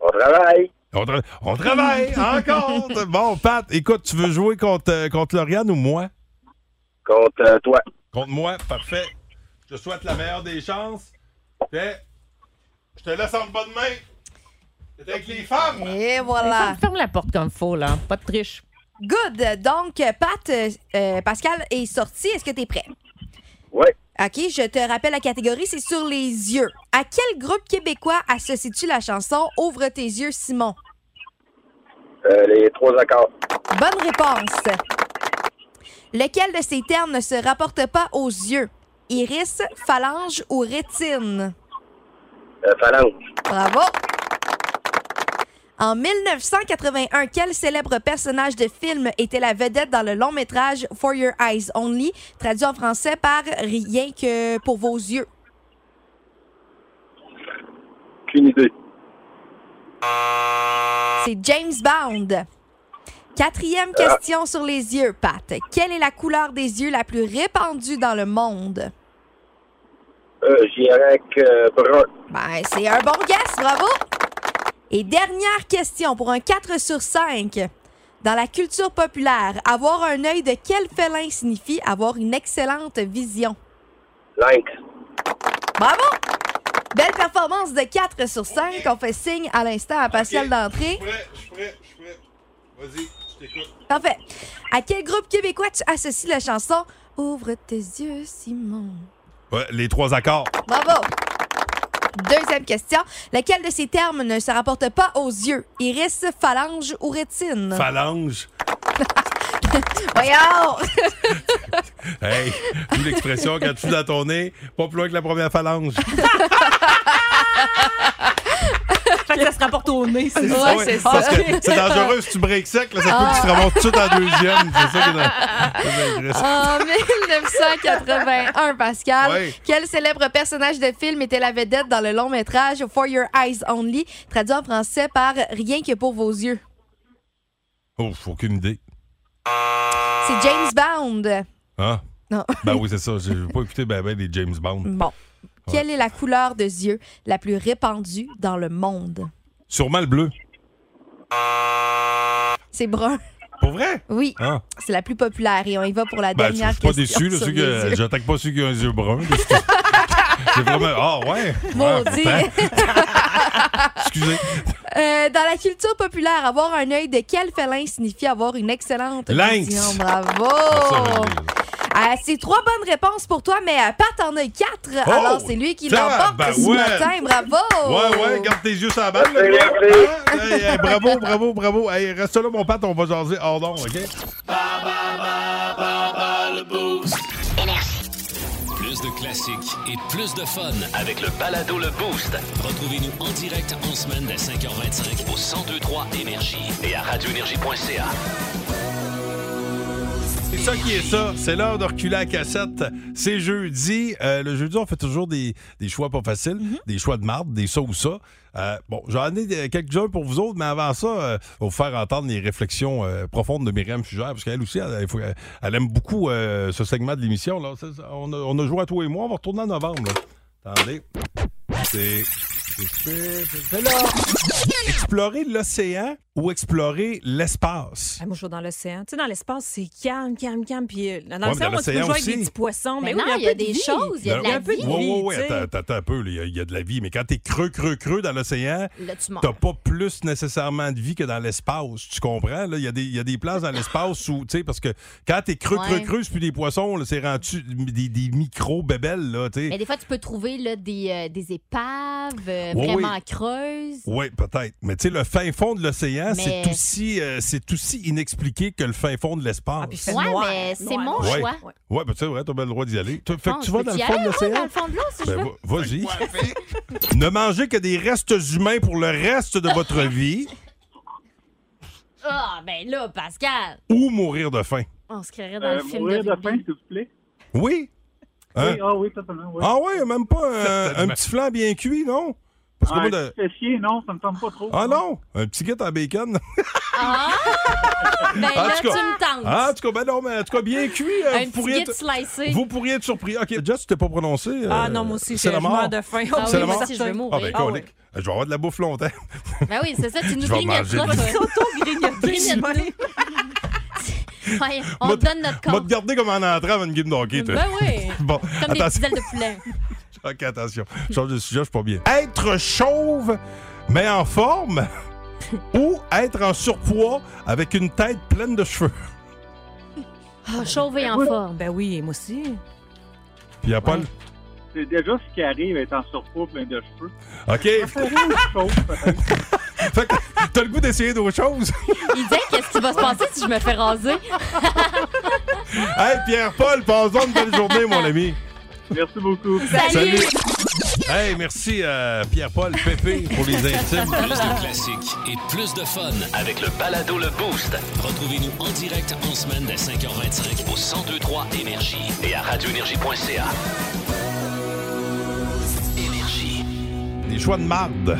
Speaker 11: On travaille.
Speaker 3: On, tra- on travaille
Speaker 6: [LAUGHS]
Speaker 3: encore! Bon, Pat, écoute, tu veux jouer contre, euh, contre Lauriane ou moi?
Speaker 11: Contre euh, toi.
Speaker 3: Contre moi, parfait. Je te souhaite la meilleure des chances. Et je te laisse en bonne main. C'est avec les femmes.
Speaker 6: Et voilà.
Speaker 10: Ferme la porte comme faut, là. Pas de triche.
Speaker 6: Good. Donc, Pat, euh, euh, Pascal est sorti. Est-ce que t'es prêt?
Speaker 11: Oui.
Speaker 6: OK, je te rappelle la catégorie, c'est sur les yeux. À quel groupe québécois associes-tu la chanson Ouvre tes yeux, Simon?
Speaker 11: Euh, les trois accords.
Speaker 6: Bonne réponse. Lequel de ces termes ne se rapporte pas aux yeux? Iris, phalange ou rétine?
Speaker 11: Euh, phalange.
Speaker 6: Bravo! En 1981, quel célèbre personnage de film était la vedette dans le long métrage For Your Eyes Only, traduit en français par Rien que pour vos yeux?
Speaker 11: Aucune idée.
Speaker 6: C'est James Bond. Quatrième question sur les yeux, Pat. Quelle est la couleur des yeux la plus répandue dans le monde?
Speaker 11: Euh, J'irai avec euh, brun.
Speaker 6: Ben, c'est un bon guess, bravo! Et dernière question pour un 4 sur 5. Dans la culture populaire, avoir un œil de quel félin signifie avoir une excellente vision?
Speaker 11: Lynx.
Speaker 6: Bravo! Belle performance de 4 sur 5. On fait signe à l'instant à Pascal d'entrée.
Speaker 3: prêt, je suis prêt, je suis prêt. Vas-y, je t'écoute.
Speaker 6: Parfait. À quel groupe québécois tu associes la chanson Ouvre tes yeux, Simon?
Speaker 3: Ouais, les trois accords.
Speaker 6: Bravo! Deuxième question. Lequel de ces termes ne se Ah. rapporte pas aux yeux? Iris, phalange ou rétine?
Speaker 3: Phalange.
Speaker 6: Voyons!
Speaker 3: Hey, d'où l'expression quand tu dans ton nez, pas plus loin que la première
Speaker 10: [LAUGHS]
Speaker 3: phalange.
Speaker 10: Fait que ça se rapporte au nez, c'est
Speaker 3: Ah
Speaker 10: ça? Ah.
Speaker 3: ouais, parce que c'est dangereux
Speaker 10: [LAUGHS]
Speaker 3: si tu breaks sec, là, ça peut que tu te remontes tout en deuxième. C'est ça qui est dans- c'est intéressant.
Speaker 6: [LAUGHS] En 1981, Pascal,
Speaker 3: Oui.
Speaker 6: quel célèbre personnage de film était la vedette dans le long métrage For Your Eyes Only, traduit en français par Rien que pour vos yeux?
Speaker 3: Oh, j'ai aucune idée.
Speaker 6: C'est James Bond.
Speaker 3: Hein?
Speaker 6: Non. [LAUGHS]
Speaker 3: Ben oui, c'est ça. Je n'ai pas écouté ben, ben des James Bond.
Speaker 6: Bon. Quelle est la couleur de yeux la plus répandue dans le monde?
Speaker 3: Sûrement le bleu.
Speaker 6: C'est brun.
Speaker 3: Pour vrai?
Speaker 6: Oui.
Speaker 3: Ah.
Speaker 6: C'est la plus populaire et on y va pour la
Speaker 3: Ben, je
Speaker 6: dernière
Speaker 3: suis pas
Speaker 6: question.
Speaker 3: déçu. là,
Speaker 6: sur
Speaker 3: ceux
Speaker 6: les
Speaker 3: que-
Speaker 6: yeux.
Speaker 3: J'attaque pas ceux qui ont les yeux bruns. là, [LAUGHS] c'est- C'est vraiment. Ah, ouais. Ah,
Speaker 6: Maudit.
Speaker 3: putain.
Speaker 6: [LAUGHS]
Speaker 3: Excusez.
Speaker 6: Euh, dans la culture populaire, avoir un œil de quel félin signifie avoir une excellente
Speaker 3: Lynx.
Speaker 6: vision? Bravo!
Speaker 3: ça, je
Speaker 6: Euh, c'est trois bonnes réponses pour toi, mais euh, Pat en a quatre.
Speaker 3: Oh!
Speaker 6: alors, c'est lui qui l'emporte
Speaker 3: Tabarouette!
Speaker 6: ce matin. Bravo!
Speaker 3: Ouais, ouais, garde tes yeux sur la balle. là,
Speaker 11: Merci,
Speaker 3: gars. Ah, hey, hey, bravo, bravo, bravo. Hey, reste là, mon pâte, on va jaser hors d'onde, OK?
Speaker 1: Plus de classiques et plus de fun avec le balado Le Boost. Retrouvez-nous en direct en semaine dès
Speaker 10: [LAUGHS]
Speaker 1: 5h25 au 1023 Énergie et à radioénergie.ca.
Speaker 3: C'est ça qui est ça. C'est l'heure de reculer à cassette. C'est jeudi. Euh, le jeudi, on fait toujours des, des choix pas faciles, des choix de marde, des ça ou ça. Euh, bon, j'en ai euh, quelques-uns pour vous autres, mais avant ça, euh, on va vous faire entendre les réflexions euh, profondes de Myriam Fugère, parce qu'elle aussi, elle, elle faut- elle aime beaucoup euh, ce segment de l'émission. là. C'est- On a, on a joué à toi et moi, on va retourner en novembre. là. Attendez. C'est. c'est- c'est là. Explorer l'océan ou explorer l'espace?
Speaker 10: Ah, moi, je suis dans l'océan. Tu sais, dans l'espace, c'est calme, calme, calme. Puis euh, dans
Speaker 3: mais
Speaker 10: l'océan,
Speaker 3: dans
Speaker 10: moi, tu peux
Speaker 3: l'océan
Speaker 10: jouer avec des
Speaker 3: aussi.
Speaker 10: petits poissons. Mais,
Speaker 7: Oh, Mais
Speaker 10: oui,
Speaker 7: non,
Speaker 10: il y a, un peu de
Speaker 7: des
Speaker 10: vie.
Speaker 7: choses, il y a de
Speaker 10: Il y a
Speaker 7: la
Speaker 10: un peu de
Speaker 7: vie.
Speaker 10: vie.
Speaker 3: Ben Oui, oui, oui,
Speaker 10: tu sais.
Speaker 3: attends, attends, attends un peu, là. il y a- il y, a de la vie. Mais quand t'es creux, creux, creux dans l'océan,
Speaker 7: Là, tu meurs.
Speaker 3: t'as pas plus nécessairement de vie que dans l'espace. Tu comprends? là? Il y, a des- il y a des places dans l'espace où, tu sais, parce que quand t'es creux, creux,
Speaker 7: Ouais.
Speaker 3: creux, c'est plus des poissons, là, c'est rendu des, des micro-bébelles, là, tu
Speaker 7: Mais
Speaker 3: sais.
Speaker 7: des fois, tu peux trouver là, des, euh, des épaves euh,
Speaker 3: Oui,
Speaker 7: vraiment
Speaker 3: oui.
Speaker 7: creuses.
Speaker 3: Oui, peut-être. Mais tu sais, le fin fond de l'océan,
Speaker 7: Mais-
Speaker 3: c'est aussi, euh, c'est aussi inexpliqué que le fin fond de l'espace.
Speaker 10: Ah, puis il fait
Speaker 7: Ouais,
Speaker 10: noir,
Speaker 7: mais c'est
Speaker 10: noir,
Speaker 7: mon
Speaker 10: noir.
Speaker 7: choix.
Speaker 10: Ouais.
Speaker 3: ouais, ben, tu sais, ouais, t'as bien le droit d'y aller. Tu- Fait
Speaker 7: Ah,
Speaker 3: que tu
Speaker 7: je
Speaker 3: vas
Speaker 7: peux
Speaker 3: dans le
Speaker 7: y
Speaker 3: fond
Speaker 7: aller,
Speaker 3: de
Speaker 7: moi,
Speaker 3: l'océan?
Speaker 7: dans le fond de l'eau, si je
Speaker 3: Ben,
Speaker 7: veux.
Speaker 3: va- vas-y. ne mangez que des restes humains pour le reste de votre vie
Speaker 7: Ah, ben là, Pascal,
Speaker 3: ou mourir de faim.
Speaker 7: on se créerait dans
Speaker 12: Euh,
Speaker 7: le film de
Speaker 12: mourir de
Speaker 7: rugby.
Speaker 12: faim, s'il vous plaît.
Speaker 3: Oui? Hein?
Speaker 12: Oui, ah oui, totalement. Oui.
Speaker 3: Ah ouais, même pas un, un petit flan bien cuit, non? Parce que
Speaker 12: Ah,
Speaker 3: moi, le-
Speaker 12: petit fessier, non, ça me tombe pas trop.
Speaker 3: Ah non, un petit kit à bacon. [LAUGHS]
Speaker 7: Ah! ben
Speaker 3: En
Speaker 7: là,
Speaker 3: tout
Speaker 7: tu
Speaker 3: cas-
Speaker 7: me tentes.
Speaker 3: Ah, en tout cas, ben non, mais en tout cas, bien cuit. euh,
Speaker 7: un
Speaker 3: vous,
Speaker 7: petit
Speaker 3: pourriez
Speaker 7: guide
Speaker 3: être,
Speaker 7: slicé.
Speaker 3: vous pourriez être surpris. OK, Jess, tu t'es pas prononcé. euh,
Speaker 10: Ah non, moi aussi, je
Speaker 3: c'est
Speaker 10: je
Speaker 3: la mort.
Speaker 10: meurs de faim. Oh,
Speaker 7: Ah
Speaker 3: C'est la
Speaker 7: oui, moi
Speaker 3: mort?
Speaker 7: aussi, je veux
Speaker 3: Ah
Speaker 7: mourir.
Speaker 3: ben,
Speaker 10: Ah
Speaker 3: colique. Je vais avoir de la bouffe longtemps. [LAUGHS]
Speaker 7: Ben oui, c'est ça, tu nous
Speaker 3: Je vais
Speaker 7: grignoteras.
Speaker 3: manger
Speaker 7: toi. [LAUGHS]
Speaker 10: Grignote-nous.
Speaker 7: Ouais, on
Speaker 3: Moi,
Speaker 7: te donne notre
Speaker 3: On va
Speaker 7: corps.
Speaker 3: te garder comme en entrant avant une game d'hockey. toi.
Speaker 7: Ben oui,
Speaker 3: [LAUGHS] Bon,
Speaker 7: comme des
Speaker 3: attention.
Speaker 7: petites ailes de poulet.
Speaker 3: OK, attention. Change de sujet, je suis pas bien. Être chauve, mais en
Speaker 10: [LAUGHS]
Speaker 3: forme, ou être en surpoids avec une tête pleine de cheveux.
Speaker 7: Ah, chauve et en
Speaker 12: Oui.
Speaker 7: forme.
Speaker 10: Ben oui, moi aussi.
Speaker 3: Puis il y a pas
Speaker 7: Ouais.
Speaker 12: C'est déjà ce qui arrive, être en surpoids plein de cheveux.
Speaker 3: le- OK,
Speaker 12: Ça roule chaud, peut-être.
Speaker 3: [LAUGHS] Fait que t'as le goût d'essayer d'autres choses. [LAUGHS]
Speaker 7: Il dit qu'est-ce qui va se passer si je me fais raser?
Speaker 3: Hey, Pierre-Paul, passe-en une belle journée, mon ami.
Speaker 12: Merci beaucoup.
Speaker 7: Salut!
Speaker 3: Hey, merci euh, Pierre-Paul Pépé pour les intimes.
Speaker 1: Plus de classiques et plus de fun avec le balado Le Boost. Retrouvez-nous en direct en semaine dès 5h25 au 1023 Énergie et à radioénergie.ca. Énergie.
Speaker 3: Des choix de marde.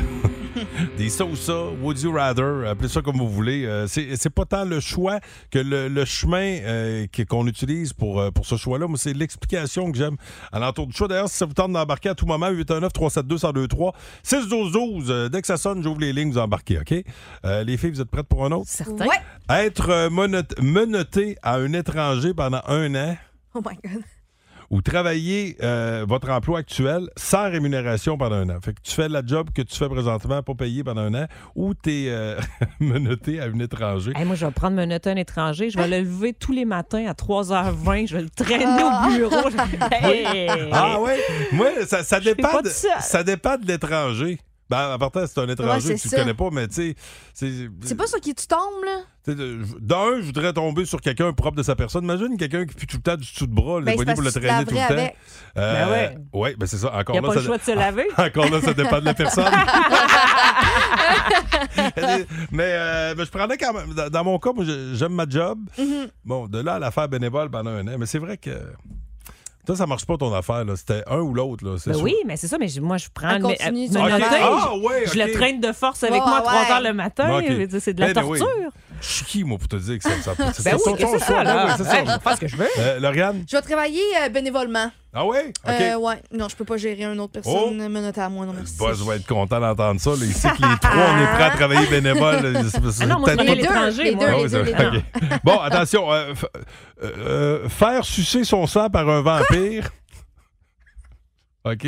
Speaker 3: [LAUGHS] Des ça ou ça, would you rather, appelez ça comme vous voulez. Euh, c'est c'est pas tant le choix que le, le chemin euh, qui- qu'on utilise pour, euh, pour ce choix-là. Moi, c'est l'explication que j'aime à l'entour du choix. D'ailleurs, si ça vous tente d'embarquer à tout moment, 819-372-1023, 6-12-12, euh, dès que ça sonne, j'ouvre les lignes, vous embarquez, OK? Euh, les filles, vous êtes prêtes pour un autre?
Speaker 10: Certain.
Speaker 6: Ouais.
Speaker 3: Être euh, monot- menotté à un étranger pendant un an
Speaker 6: Oh my God.
Speaker 3: ou travailler euh, votre emploi actuel sans rémunération pendant un an. Fait que tu fais la job que tu fais présentement, pas payé pendant un an, ou t'es euh, [LAUGHS] menotté à un étranger.
Speaker 10: Hey, moi, je vais prendre mon automne étranger. Je vais le lever tous les matins à 3h20. Je vais le traîner au
Speaker 3: [LAUGHS]
Speaker 10: bureau. Hey.
Speaker 3: Ah ouais? Moi, ça, ça dépend
Speaker 10: pas
Speaker 3: de,
Speaker 10: de ça.
Speaker 3: ça dépend de l'étranger. Ben, en partant, c'est un
Speaker 6: Ouais,
Speaker 3: étranger
Speaker 6: c'est
Speaker 3: que tu
Speaker 6: ça.
Speaker 3: connais pas, mais tu sais. C'est
Speaker 6: C'est pas sur qui tu tombes, là.
Speaker 3: T'sais, de- je- D'un, je voudrais tomber sur quelqu'un propre de sa personne. Imagine quelqu'un qui pue tout le temps du dessous de bras,
Speaker 6: Ben,
Speaker 3: le
Speaker 6: c'est
Speaker 3: bonnet
Speaker 6: parce
Speaker 3: pour le
Speaker 6: que tu te
Speaker 3: traîner tout le
Speaker 6: laverais
Speaker 3: temps.
Speaker 6: avec.
Speaker 3: Euh,
Speaker 10: Ben ouais.
Speaker 3: ouais, ben c'est ça. Encore
Speaker 10: Il y a
Speaker 3: là,
Speaker 10: pas
Speaker 3: ça
Speaker 10: le choix de se laver.
Speaker 3: [LAUGHS] Encore là, ça dépend de la personne. mais, euh, mais je prendrais quand même. Dans, dans mon cas, moi, je- j'aime ma job.
Speaker 6: Mhm.
Speaker 3: Bon, de là à l'affaire bénévole pendant un an. Mais c'est vrai que. Toi, ça marche pas ton affaire. là. C'était un ou l'autre. là, c'est
Speaker 10: Ben
Speaker 3: sûr.
Speaker 10: oui, mais c'est ça, mais je- moi, je prends
Speaker 6: Elle
Speaker 10: le.
Speaker 6: continue
Speaker 10: euh,
Speaker 6: son
Speaker 10: me
Speaker 3: affaire.
Speaker 10: noter,
Speaker 3: Ah,
Speaker 10: je-
Speaker 3: ouais,
Speaker 10: Je
Speaker 3: ok.
Speaker 10: le traîne de force avec
Speaker 6: Ouais,
Speaker 10: moi à 3
Speaker 6: ouais.
Speaker 10: h le matin.
Speaker 3: Ok.
Speaker 10: je veux dire, C'est de la
Speaker 3: Ben oui.
Speaker 10: torture.
Speaker 3: Je suis qui, moi, pour te dire que ça. ça
Speaker 10: [LAUGHS]
Speaker 3: c'est
Speaker 10: Ben oui,
Speaker 3: ton
Speaker 10: que c'est
Speaker 3: choix.
Speaker 10: ça,
Speaker 3: Ben
Speaker 10: là.
Speaker 3: oui, c'est ça.
Speaker 10: Ouais, je vais faire ce que je veux.
Speaker 3: Euh, Lauriane?
Speaker 6: Je vais travailler euh, bénévolement.
Speaker 3: Ah ouais? OK.
Speaker 6: Euh, ouais. Non, je peux pas gérer une autre personne
Speaker 3: Oh.
Speaker 6: me noter à moi, non merci.
Speaker 3: Buzz va être content d'entendre ça. Là. Il sait que les trois, on est prêts à travailler bénévole.
Speaker 10: Ah non, moi, je
Speaker 3: Peut-être
Speaker 10: connais
Speaker 3: pas-
Speaker 10: l'étranger,
Speaker 6: les
Speaker 10: moi.
Speaker 6: deux,
Speaker 3: Ah
Speaker 6: les
Speaker 3: oui, ça-
Speaker 6: deux, les deux.
Speaker 3: ok. Bon, attention. euh, f- euh, euh, faire sucer son sang par un vampire. OK?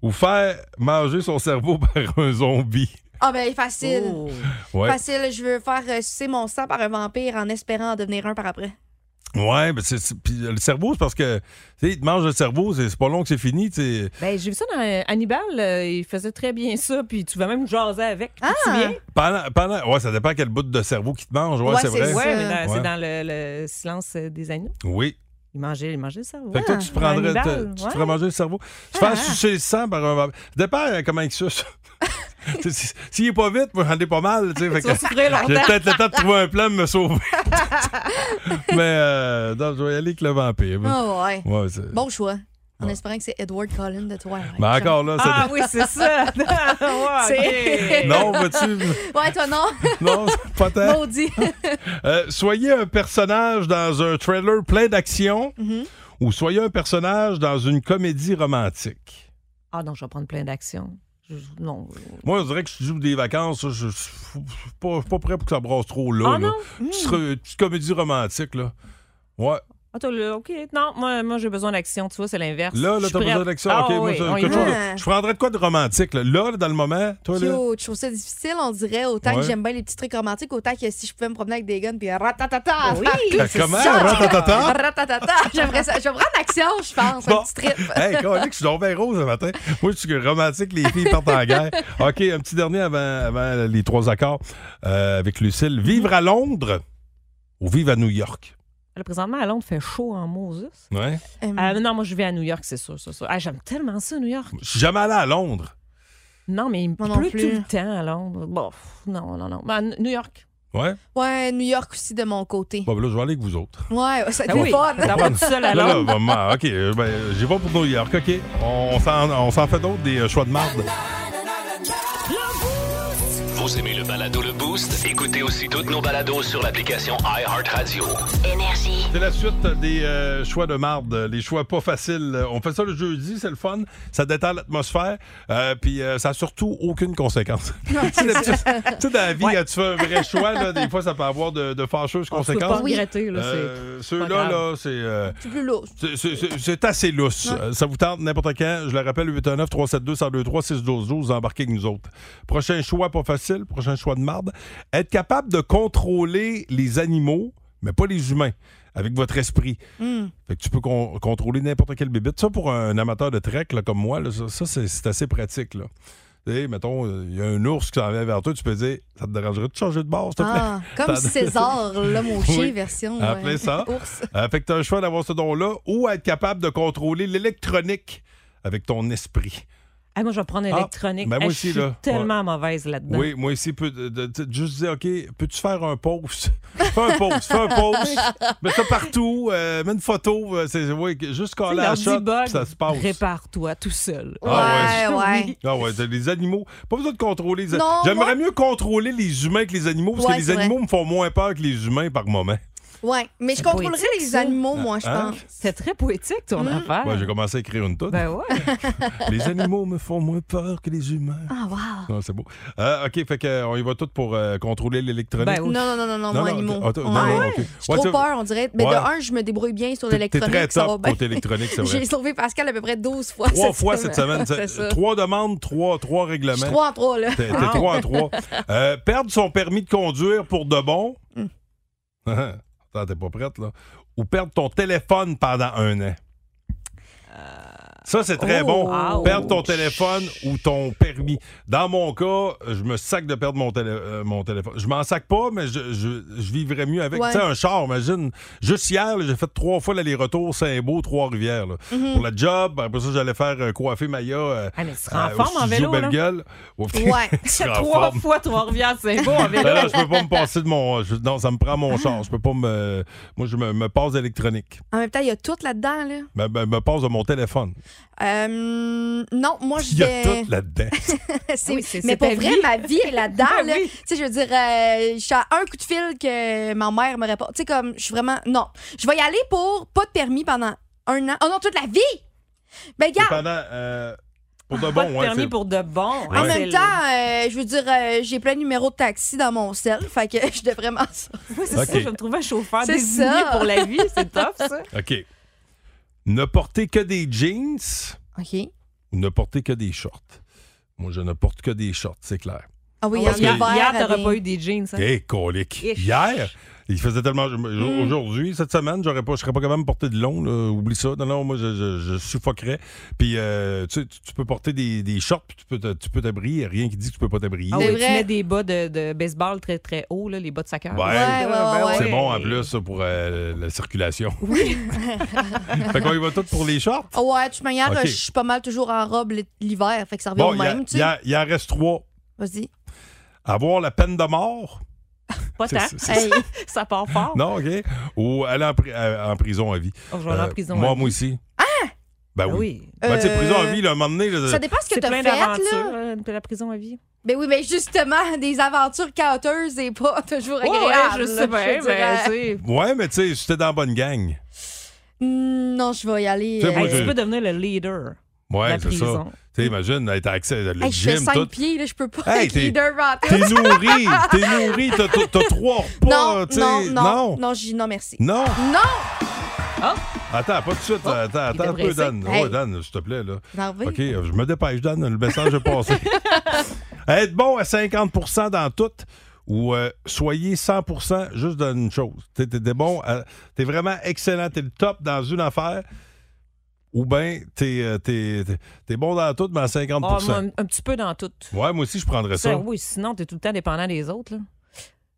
Speaker 3: Ou faire manger son cerveau [LAUGHS] par un zombie.
Speaker 6: Ah ben facile.
Speaker 3: Oh. Ouais.
Speaker 6: Facile, je veux faire euh, sucer mon sang par un vampire en espérant en devenir un par après.
Speaker 3: Ouais, mais c'est- c'est- puis le cerveau, c'est parce que, tu sais, il te mange le cerveau, c'est c'est pas long que c'est fini, tu sais.
Speaker 10: Ben, j'ai vu ça dans euh, Hannibal, euh, il faisait très bien ça, puis tu vas même jaser avec. Ah! Tu te souviens?
Speaker 3: Pendant, pendant, ouais, ça dépend quel bout de cerveau qui te mange, ouais,
Speaker 6: Ouais,
Speaker 3: c'est
Speaker 6: c'est
Speaker 3: vrai.
Speaker 6: ça.
Speaker 10: Ouais, mais dans-
Speaker 3: Ouais.
Speaker 10: c'est dans le, le silence euh, des agneaux.
Speaker 3: Oui.
Speaker 10: Il mangeait, il mangeait Ah, ça.
Speaker 3: Fait que toi, tu te prendrais, te- tu te ferais manger le cerveau. Tu fais sucer le sang par un vampire. Ça dépend euh, comment il [LAUGHS] suce. Tu sais, si- S'il est pas vite, moi, j'en ai pas mal. Tu sais, fait
Speaker 10: Tu vas
Speaker 3: que-
Speaker 10: souffrir longtemps.
Speaker 3: J'ai peut-être le temps de trouver un plan de me
Speaker 10: [LAUGHS]
Speaker 3: sauver. Mais euh, non, je vais y aller avec le vampire.
Speaker 6: Ah ouais.
Speaker 3: Ouais, c'est-
Speaker 6: Bon choix. En
Speaker 3: Ouais.
Speaker 6: espérant que c'est Edward Cullen de toi.
Speaker 3: Mais Ah. Ben, encore là, [LAUGHS] ça-
Speaker 10: Ah oui,
Speaker 3: [LAUGHS]
Speaker 10: c'est ça. [LAUGHS] Ah, ouais, ok.
Speaker 3: Non, vas-tu.
Speaker 6: Ouais, toi non.
Speaker 3: Non, pas tant. [LAUGHS]
Speaker 6: Maudit.
Speaker 3: Euh, soyez un personnage dans un trailer plein d'action
Speaker 6: Mhm.
Speaker 3: ou soyez un personnage dans une comédie romantique.
Speaker 10: Ah non, je vais prendre plein d'actions. Je- Non.
Speaker 3: Moi, je dirais que je joue des vacances. là, Je je- je suis pas, je suis pas prêt pour que ça brasse trop là.
Speaker 10: Ah
Speaker 3: là.
Speaker 10: non?
Speaker 3: Petite re- petite comédie romantique, là. Ouais.
Speaker 10: Attends, là, OK. Non, moi, moi j'ai besoin d'action. Tu vois, c'est l'inverse.
Speaker 3: Là,
Speaker 10: Je
Speaker 3: là,
Speaker 10: suis
Speaker 3: t'as
Speaker 10: prête.
Speaker 3: besoin d'action.
Speaker 10: Ah,
Speaker 3: OK, moi,
Speaker 10: oui, Ah.
Speaker 3: ça-
Speaker 10: on y
Speaker 3: quelque
Speaker 10: va.
Speaker 3: chose de-
Speaker 6: va.
Speaker 3: Je prendrais de quoi de romantique, là. Là, là, dans le moment, toi, là.
Speaker 6: Cute. Je trouve ça difficile, on dirait. Autant
Speaker 3: Ouais.
Speaker 6: que j'aime bien les petits trucs romantiques, autant que si je pouvais me promener avec des guns puis ratatata.
Speaker 10: Ah
Speaker 6: [LAUGHS]
Speaker 10: Oui,
Speaker 3: Ben,
Speaker 6: c'est
Speaker 3: comment?
Speaker 6: ça.
Speaker 3: Ratatata?
Speaker 6: Ratatata. J'aimerais ça. Je vais prendre action, je pense.
Speaker 3: Bon.
Speaker 6: Un petit trip.
Speaker 10: Euh,
Speaker 3: Hey, calique, je suis donc bien rose ce matin. Moi, je suis romantique, les filles partent en guerre. OK, un petit dernier avant, avant les trois accords euh, avec Lucille. Vivre à Londres ou vivre à New York?
Speaker 10: Là, présentement, à Londres, fait chaud en Moses.
Speaker 3: Ouais.
Speaker 6: Hum.
Speaker 10: Ah, non, moi, je vais à New York, c'est sûr, c'est sûr. Ah, j'aime tellement ça, New York.
Speaker 3: Je suis jamais allé à Londres.
Speaker 10: Non, mais il
Speaker 6: Moi non
Speaker 10: pleut
Speaker 6: plus.
Speaker 10: tout le temps à Londres. Bon, pff, non, non, non. Ben, New York.
Speaker 3: Ouais.
Speaker 6: Ouais, New York aussi de mon côté.
Speaker 3: Bon, ben là, je vais aller avec vous
Speaker 10: [LAUGHS]
Speaker 3: autres.
Speaker 6: Ouais, ça a
Speaker 10: Ah
Speaker 6: été
Speaker 10: oui.
Speaker 6: fun.
Speaker 10: D'avoir tout seul à
Speaker 3: Là, là,
Speaker 10: Londres.
Speaker 3: maman, OK, euh, ben, euh, j'y vais pour New York, OK. On s'en, on s'en fait d'autres, des euh, choix de marde.
Speaker 1: Vous aimez le balado Le Boost? Écoutez aussi toutes nos balados sur l'application iHeartRadio.
Speaker 13: Énergie.
Speaker 3: C'est la suite des euh, choix de marde, euh, les choix pas faciles. Euh, On fait ça le jeudi, c'est le fun, ça détend l'atmosphère, euh, puis euh, ça a surtout aucune conséquence. tu sais, d'habitude- tu sais, dans la vie, quand tu fais un vrai choix, là, des fois, ça peut avoir de, de fâcheuses
Speaker 10: On peut pas
Speaker 3: conséquences.
Speaker 10: regretter, là. c'est-
Speaker 3: Euh,
Speaker 10: pas
Speaker 3: Ceux-là,
Speaker 10: grave.
Speaker 3: là, c'est... euh,
Speaker 6: C'est plus lourd.
Speaker 3: c'est- c'est- C'est c'est assez lousse.
Speaker 6: Ouais.
Speaker 3: Euh, Ça vous tente n'importe quand. Je le rappelle, 819-372-1023-612-12. Embarquez avec nous autres. Prochain choix, pas facile. Prochain choix de marde. Être capable de contrôler les animaux, mais pas les humains, avec votre esprit.
Speaker 6: Hum.
Speaker 3: Fait que tu peux con- contrôler n'importe quel bébite. Ça, pour un amateur de trek là, comme moi, là, ça, ça, c'est c'est assez pratique. Là. Tu sais, mettons, euh, il y a un ours qui s'en vient vers toi, tu peux dire Ça te dérangerait de changer de bord, s'il te plaît
Speaker 6: Ah, comme
Speaker 3: T'as-
Speaker 6: César, l'homme au chien,
Speaker 3: Oui.
Speaker 6: version
Speaker 3: Ah,
Speaker 6: euh,
Speaker 3: plein ça.
Speaker 6: ours.
Speaker 3: Euh, fait que tu as le choix d'avoir ce don-là ou être capable de contrôler l'électronique avec ton esprit.
Speaker 10: Ah, moi, je vais prendre
Speaker 3: Ah,
Speaker 10: électronique.
Speaker 3: ben, moi
Speaker 10: Ah,
Speaker 3: aussi,
Speaker 10: je suis
Speaker 3: là. Ouais.
Speaker 10: tellement mauvaise là-dedans.
Speaker 3: Oui, moi ici, peut, de- de- de- juste dire OK, peux-tu faire un pause [LAUGHS] Fais un pause, fais un pause. Mets ça partout, euh, mets une photo. euh, c'est, oui, juste
Speaker 10: Tu sais,
Speaker 3: coller à la
Speaker 10: l'ordi
Speaker 3: shot,
Speaker 10: bug,
Speaker 3: puis ça se passe.
Speaker 10: Répare-toi tout seul.
Speaker 3: Ah,
Speaker 6: ouais, ouais.
Speaker 3: Ah ouais, t'as les animaux. Pas besoin de contrôler les
Speaker 6: Non,
Speaker 3: animaux. J'aimerais mieux contrôler les humains que les animaux, parce
Speaker 6: Ouais,
Speaker 3: que les
Speaker 6: c'est vrai.
Speaker 3: animaux me font moins peur que les humains par moment.
Speaker 6: Ouais, mais je
Speaker 10: C'est
Speaker 6: contrôlerais
Speaker 10: poétique,
Speaker 6: les
Speaker 10: ça.
Speaker 6: animaux, moi, je
Speaker 3: Hein?
Speaker 6: pense.
Speaker 10: C'est très poétique,
Speaker 6: Mmh.
Speaker 10: ton affaire.
Speaker 3: Ouais, j'ai commencé à écrire une toute.
Speaker 10: Ah. Ben ouais. [LAUGHS]
Speaker 3: Les animaux me font moins peur que les humains.
Speaker 6: Ah, wow.
Speaker 3: [LAUGHS] Non, c'est beau. Euh, OK, fait que, euh, on y va tout pour euh, contrôler l'électronique.
Speaker 10: Ben oui.
Speaker 6: Non, non, non, non, non, moi, animaux.
Speaker 3: t- attends,
Speaker 6: Ouais.
Speaker 3: non, non,
Speaker 6: Ouais.
Speaker 3: ok.
Speaker 6: J'ai
Speaker 3: Ouais,
Speaker 6: trop
Speaker 3: t'sais,
Speaker 6: peur, on dirait. Mais
Speaker 3: Ouais.
Speaker 6: de un, je me débrouille bien sur
Speaker 3: t'es- T'es très
Speaker 6: l'électronique. ça va
Speaker 3: top
Speaker 6: bien.
Speaker 3: côté électronique, c'est vrai.
Speaker 6: [LAUGHS] J'ai sauvé Pascal à peu près 12 fois.
Speaker 3: Trois
Speaker 6: cette
Speaker 3: fois cette semaine.
Speaker 6: [LAUGHS] C'est
Speaker 3: c'est-
Speaker 6: ça.
Speaker 3: Trois demandes, trois, trois
Speaker 6: Je suis
Speaker 3: règlements.
Speaker 6: 3 en
Speaker 3: [LAUGHS]
Speaker 6: 3, là.
Speaker 3: T'es t'es trois en trois. Euh, perdre son permis de conduire pour de bon.
Speaker 10: Hmm.
Speaker 3: [LAUGHS] Attends, t'es pas prête, là. Ou perdre ton téléphone pendant un an. Ça, c'est très
Speaker 10: Oh.
Speaker 3: bon.
Speaker 10: Euh, Ouch.
Speaker 3: Perdre ton téléphone ou ton permis. Dans mon cas, je me sac de perdre mon, télé- euh, mon téléphone. Je m'en sac pas, mais je, je- je vivrais mieux avec.
Speaker 13: Ouais.
Speaker 3: Tu sais, un char, imagine. Juste hier, là, j'ai fait trois fois l'aller-retour Saint-Beau, Trois-Rivières. là.
Speaker 13: Mhm.
Speaker 3: Pour la job, après ça, j'allais faire euh, coiffer Maya. euh,
Speaker 10: Ah, mais tu seras en
Speaker 3: au
Speaker 10: forme en
Speaker 3: studio
Speaker 10: vélo, là.
Speaker 3: Belle-Gueule.
Speaker 10: [LAUGHS] Ouais.
Speaker 3: Tu seras en
Speaker 10: Trois
Speaker 3: forme.
Speaker 10: fois Trois-Rivières, c'est beau en vélo.
Speaker 3: Ben là, je peux pas me passer de mon. je- non, ça me prend
Speaker 10: Ah.
Speaker 3: mon char. Je peux pas me. Moi, je me, me passe d'électronique.
Speaker 6: En même temps, il y a tout là-dedans, là.
Speaker 3: Me, me- me passe de mon téléphone.
Speaker 6: Euh, non, moi, je
Speaker 3: Il y
Speaker 6: vais...
Speaker 3: a tout
Speaker 10: [LAUGHS]
Speaker 3: là-dedans.
Speaker 6: [LAUGHS] C'est-
Speaker 10: Ah Oui, c'est-
Speaker 6: mais
Speaker 10: c'est
Speaker 6: pour
Speaker 10: ta
Speaker 6: vrai,
Speaker 10: vie.
Speaker 6: ma vie est
Speaker 10: [LAUGHS]
Speaker 6: là-dedans.
Speaker 10: Ben
Speaker 6: là. Tu sais, je veux dire, euh, je suis à un coup de fil que ma mère me répond. Tu sais, comme, je suis vraiment. Non. Je vais y aller pour pas de permis pendant un an. Oh non, toute la vie! Ben,
Speaker 3: C'est
Speaker 6: regarde,
Speaker 3: pendant, euh, pour de
Speaker 10: Pas
Speaker 3: bon,
Speaker 10: de
Speaker 3: ouais,
Speaker 10: permis
Speaker 3: c'est-
Speaker 10: pour de bon.
Speaker 3: Ouais.
Speaker 6: en
Speaker 10: C'est
Speaker 6: même
Speaker 10: le-
Speaker 6: temps, euh, je veux dire, euh, j'ai plein de numéros de taxi dans mon sel. Fait que [LAUGHS] je devrais m'en sortir.
Speaker 10: Moi, c'est
Speaker 3: Ok.
Speaker 10: ça, je vais me trouver un chauffeur
Speaker 6: C'est
Speaker 10: désigné
Speaker 6: ça.
Speaker 10: pour la vie.
Speaker 6: [LAUGHS]
Speaker 10: C'est top, ça.
Speaker 3: OK. Ne porter que des jeans
Speaker 6: OK.
Speaker 3: ou ne porter que des shorts. Moi, je ne porte que des shorts, c'est clair.
Speaker 6: Ah oui,
Speaker 10: Parce
Speaker 6: en
Speaker 10: que hier,
Speaker 6: hiver,
Speaker 10: t'aurais
Speaker 6: avec-
Speaker 10: pas eu des jeans. hein.
Speaker 3: Hé, colique.
Speaker 10: Ich.
Speaker 3: Eh, Hier, il faisait tellement. je-
Speaker 10: Hmm.
Speaker 3: je- Aujourd'hui, cette semaine, j'aurais pas, je serais pas capable de me porter de long. là. Oublie ça. Non, non, moi, je, je- je suffoquerais. Puis, euh, tu, sais, tu- tu peux porter des, des shorts, puis tu peux te- tu peux t'abrier. Rien qui dit que tu peux pas t'abrier.
Speaker 10: Ah oui, tu mets des bas de, de baseball très très haut, là, les bas de soccer.
Speaker 3: Ben,
Speaker 10: Ben ouais.
Speaker 3: C'est bon en plus ça, pour euh, la circulation.
Speaker 10: [LAUGHS]
Speaker 6: Oui.
Speaker 3: [LAUGHS] fait qu'on y va tout pour les shorts.
Speaker 6: Oh ouais, de toute manière,
Speaker 3: Ok.
Speaker 6: je suis pas mal toujours en robe l- l'hiver. Fait que ça revient
Speaker 3: Bon,
Speaker 6: au
Speaker 3: il y a-
Speaker 6: même, tu
Speaker 3: il y
Speaker 6: sais.
Speaker 3: a- il en reste trois. [LAUGHS]
Speaker 6: Vas-y.
Speaker 3: Avoir la peine de mort.
Speaker 10: Pas
Speaker 3: C'est-
Speaker 10: tant.
Speaker 3: c'est- c'est-
Speaker 10: Hey, ça part fort.
Speaker 3: Non, OK. Ou aller en, pri- à- en prison à vie.
Speaker 10: Oh, je vais aller en prison
Speaker 3: Euh, moi,
Speaker 10: à
Speaker 3: moi aussi. Ah! Ben
Speaker 10: Ah
Speaker 3: oui.
Speaker 10: oui.
Speaker 3: Ben, tu sais,
Speaker 6: Euh,
Speaker 3: prison à vie, là, à un moment donné. là,
Speaker 6: Ça dépend ce que
Speaker 10: C'est
Speaker 6: t'as
Speaker 10: plein
Speaker 6: fait, là.
Speaker 10: d'aventures, euh, de la prison à vie.
Speaker 6: Ben oui, mais justement, [LAUGHS] des aventures caoteuses et pas [LAUGHS] toujours
Speaker 10: Ouais,
Speaker 6: agréables.
Speaker 10: je
Speaker 6: là,
Speaker 10: sais bien,
Speaker 6: veux
Speaker 10: mais
Speaker 6: dire, euh,
Speaker 10: tu sais.
Speaker 3: Ouais, mais tu sais, j'étais dans la bonne gang.
Speaker 6: Mm, Non, je vais y aller.
Speaker 3: Tu sais, moi,
Speaker 6: euh,
Speaker 10: Hey, tu peux devenir le leader.
Speaker 3: Ouais,
Speaker 10: La
Speaker 3: c'est ça.
Speaker 10: prison.
Speaker 3: Tu sais, imagine, là, t'as accès à le
Speaker 6: hey, je fais
Speaker 3: gym,
Speaker 6: 5
Speaker 3: tout.
Speaker 6: pieds, là, je peux pas
Speaker 3: Hey,
Speaker 6: être
Speaker 3: t'es-
Speaker 6: leader rapide.
Speaker 3: T'es nourri, t'es nourri, t'as- t'as t'as trois repas,
Speaker 6: [LAUGHS] Non,
Speaker 3: tu sais.
Speaker 6: non, non, non,
Speaker 3: Non.
Speaker 6: j'y- non, merci.
Speaker 3: Non.
Speaker 6: Non! Oh,
Speaker 3: Attends, pas tout de suite. attends, attends un
Speaker 6: devrait
Speaker 3: peu,
Speaker 6: essayer.
Speaker 3: Dan.
Speaker 6: Hey.
Speaker 3: Ouais, Dan, s'il te plaît, là.
Speaker 6: Énervé.
Speaker 3: OK, euh, je me dépêche, Dan. Le message est passé. Être bon à 50 dans tout ou euh, soyez 100 juste dans une chose. T'es t'es des bons à- t'es vraiment excellent, t'es le top dans une affaire. Ou bien, t'es euh, t'es- t'es- t'es bon dans tout, mais à 50
Speaker 10: Ah, moi, un, un petit peu dans tout.
Speaker 3: Ouais, moi aussi, je prendrais ça.
Speaker 10: Ça, Oui, sinon, t'es tout le temps dépendant des autres. là.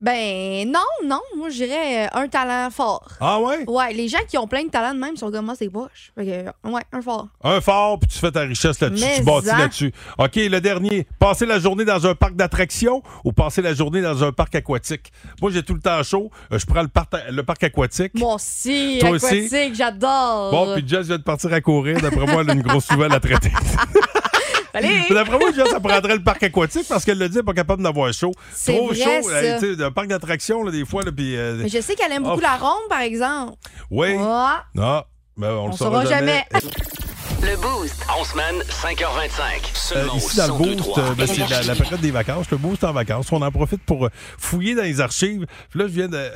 Speaker 6: Ben non, non, moi j'irais euh, un talent fort.
Speaker 3: Ah ouais?
Speaker 6: Ouais, les gens qui ont plein de talents de même sont comme moi, c'est poche. Fait que, euh, ouais, un fort.
Speaker 3: Un fort, puis tu fais ta richesse là-dessus,
Speaker 6: Mais
Speaker 3: tu bâtis
Speaker 6: en.
Speaker 3: là-dessus. OK, le dernier. Passer la journée dans un parc d'attractions ou passer la journée dans un parc aquatique? Moi, j'ai tout le temps chaud. euh, Je prends le, parta- le parc aquatique.
Speaker 6: Moi aussi,
Speaker 3: Toi aussi?
Speaker 6: aquatique, j'adore.
Speaker 3: Bon, puis Jess vient de partir à courir. D'après moi, elle a une grosse nouvelle à
Speaker 6: [LAUGHS]
Speaker 3: traiter.
Speaker 10: Allez!
Speaker 3: D'après moi, Jess, ça prendrait le parc aquatique parce qu'elle le dit, elle est pas capable d'avoir chaud.
Speaker 6: C'est
Speaker 3: Trop
Speaker 6: vrai,
Speaker 3: chaud.
Speaker 6: ça.
Speaker 3: euh, tu sais, un parc d'attractions, là, des fois, là, puis... euh,
Speaker 6: Mais je sais qu'elle aime beaucoup
Speaker 3: Oh.
Speaker 6: la ronde, par exemple.
Speaker 3: Oui.
Speaker 6: Ah,
Speaker 3: Non, ben, on,
Speaker 6: on
Speaker 3: le
Speaker 6: saura jamais.
Speaker 1: Le Boost. En semaine, 5h25.
Speaker 3: Euh,
Speaker 1: Seulement
Speaker 3: ici, dans
Speaker 1: au
Speaker 3: le
Speaker 1: 1023
Speaker 3: Boost, euh, ben, c'est la, la
Speaker 1: Énergie.
Speaker 3: période des vacances. Le Boost en vacances. On en profite pour euh, fouiller dans les archives. Puis là, je viens de. [LAUGHS]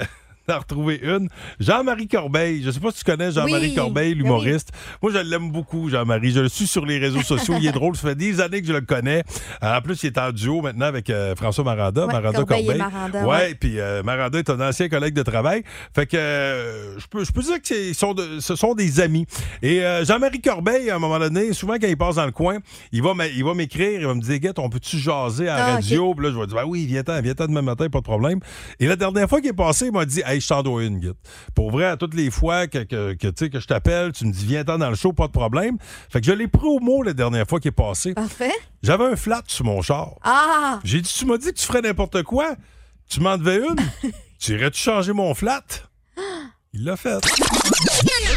Speaker 3: d'en retrouver une. Jean-Marie Corbeil. Je sais pas si tu connais Jean-Marie
Speaker 13: Oui.
Speaker 3: Corbeil,
Speaker 13: Ben
Speaker 3: l'humoriste. Moi, je l'aime beaucoup, Jean-Marie. Je le suis sur les réseaux sociaux.
Speaker 13: [LAUGHS]
Speaker 3: Il est drôle. Ça fait des années que je le connais. Euh, En plus, il est en duo maintenant avec euh, François Maranda.
Speaker 13: Ouais,
Speaker 3: Maranda
Speaker 13: Corbeil et
Speaker 3: Corbeil.
Speaker 13: Maranda,
Speaker 3: Ouais,
Speaker 13: ouais.
Speaker 3: puis euh, Maranda est un ancien collègue de travail. Fait que euh, je, peux, je peux dire que c'est- ils sont de- ce sont des amis. Et euh, Jean-Marie Corbeil, à un moment donné, souvent quand il passe dans le coin, il va m'a- il va m'écrire, il va me dire Guette, on peut-tu jaser à la
Speaker 13: Ah,
Speaker 3: radio Puis là, je vais dire Ben oui, viens-t'en, viens-t'en demain matin, pas de problème. Et la dernière fois qu'il est passé, il m'a dit Hey, je t'en dois une, Guette. Pour vrai, à toutes les fois que, que, que, tu sais, que je t'appelle, tu me dis Viens-t'en dans le show, pas de problème. Fait que je l'ai pris au mot la dernière fois qu'il est passé.
Speaker 6: Parfait.
Speaker 3: J'avais un flat sur mon char.
Speaker 6: Ah!
Speaker 3: J'ai dit, tu m'as dit que tu ferais n'importe quoi. Tu m'en devais
Speaker 6: [LAUGHS]
Speaker 3: une. tu irais-tu changer mon
Speaker 6: [GASPS]
Speaker 3: flat? Il l'a fait.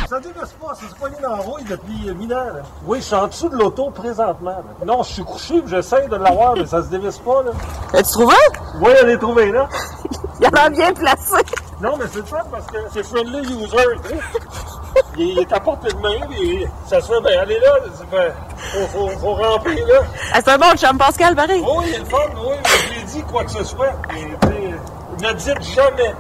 Speaker 14: Ça dégosse pas, c'est poigné dans la rouille depuis euh, mille ans. là. Oui, je suis en dessous de l'auto présentement. là. Non, je suis couché, puis j'essaie de l'avoir, mais ça se dévisse pas. Là. As-tu trouvé? Oui, elle est trouvée, là. [LAUGHS] Il en a bien placé. Non, mais c'est ça, parce que c'est friendly user. tu sais. Il, il est à portée de main, puis ça se fait, ben, allez là, c'est ben, faut, faut, faut remplir, là.
Speaker 15: Ah, c'est un bon chum Pascal, pareil.
Speaker 14: Oui, il est le fun, oui, mais je lui ai dit quoi que ce soit. Et, tu sais, ne dites jamais,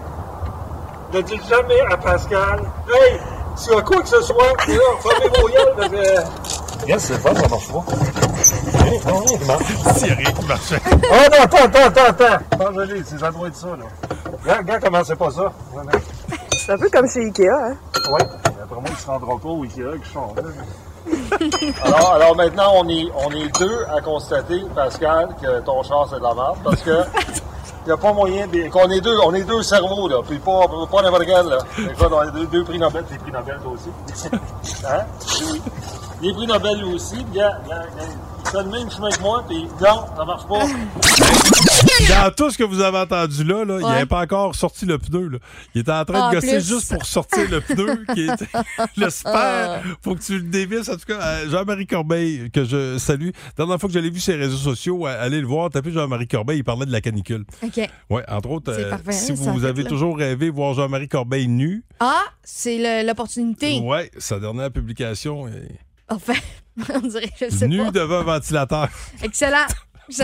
Speaker 14: ne dites jamais à Pascal, hey, s'il y a quoi que ce soit, là, fermez vos gueules, parce que... Yes, c'est fun, ça marche pas.
Speaker 3: [LAUGHS] S'il y a rien qui marchait.
Speaker 14: Oh non, attends, attends, attends, attends. Attends, Julie, c'est- ça doit être ça, là. Regarde, regarde comment c'est pas ça.
Speaker 15: C'est un peu comme chez Ikea, hein?
Speaker 14: Oui, après moi, ils se rendront pas au Ikea qui sont là.
Speaker 12: Alors, alors maintenant, on est, on est deux à constater, Pascal, que ton char, c'est de la merde, parce que il n'y a pas moyen de... qu'on est deux, on est deux cerveaux, là, puis pas, pas n'importe quel, là. Écoute, on a deux, deux prix Nobel, des prix Nobel, toi aussi. hein? Oui. Des prix Nobel, lui aussi, puis gars, gars, gars, il fait le même chemin que moi, puis non, ça marche pas.
Speaker 3: Dans tout ce que vous avez entendu là, là il
Speaker 12: Ouais.
Speaker 3: n'avait pas encore sorti le pneu. là. Il était en
Speaker 6: Ah,
Speaker 3: train
Speaker 12: En
Speaker 3: de gosser
Speaker 12: plus.
Speaker 3: juste pour sortir le
Speaker 6: [LAUGHS]
Speaker 3: pneu qui était [LAUGHS] le
Speaker 6: Ah.
Speaker 3: spare. Faut que tu le dévisses. En tout cas, euh, Jean-Marie Corbeil, que je salue. La dernière fois que je l'ai vu sur les réseaux sociaux, euh, allez le voir, tapez Jean-Marie Corbeil, il parlait de la canicule.
Speaker 6: OK.
Speaker 3: Oui, entre autres,
Speaker 6: C'est
Speaker 3: euh,
Speaker 6: parfait, hein,
Speaker 3: si
Speaker 6: ça,
Speaker 3: vous
Speaker 6: fait
Speaker 3: avez
Speaker 6: là.
Speaker 3: toujours rêvé de voir Jean-Marie Corbeil nu,
Speaker 6: Ah, c'est le- l'opportunité.
Speaker 3: ouais, sa dernière publication est
Speaker 6: Enfin, [LAUGHS] on dirait, je sais
Speaker 3: nu
Speaker 6: pas.
Speaker 3: devant un ventilateur. [LAUGHS]
Speaker 6: Excellent. Je-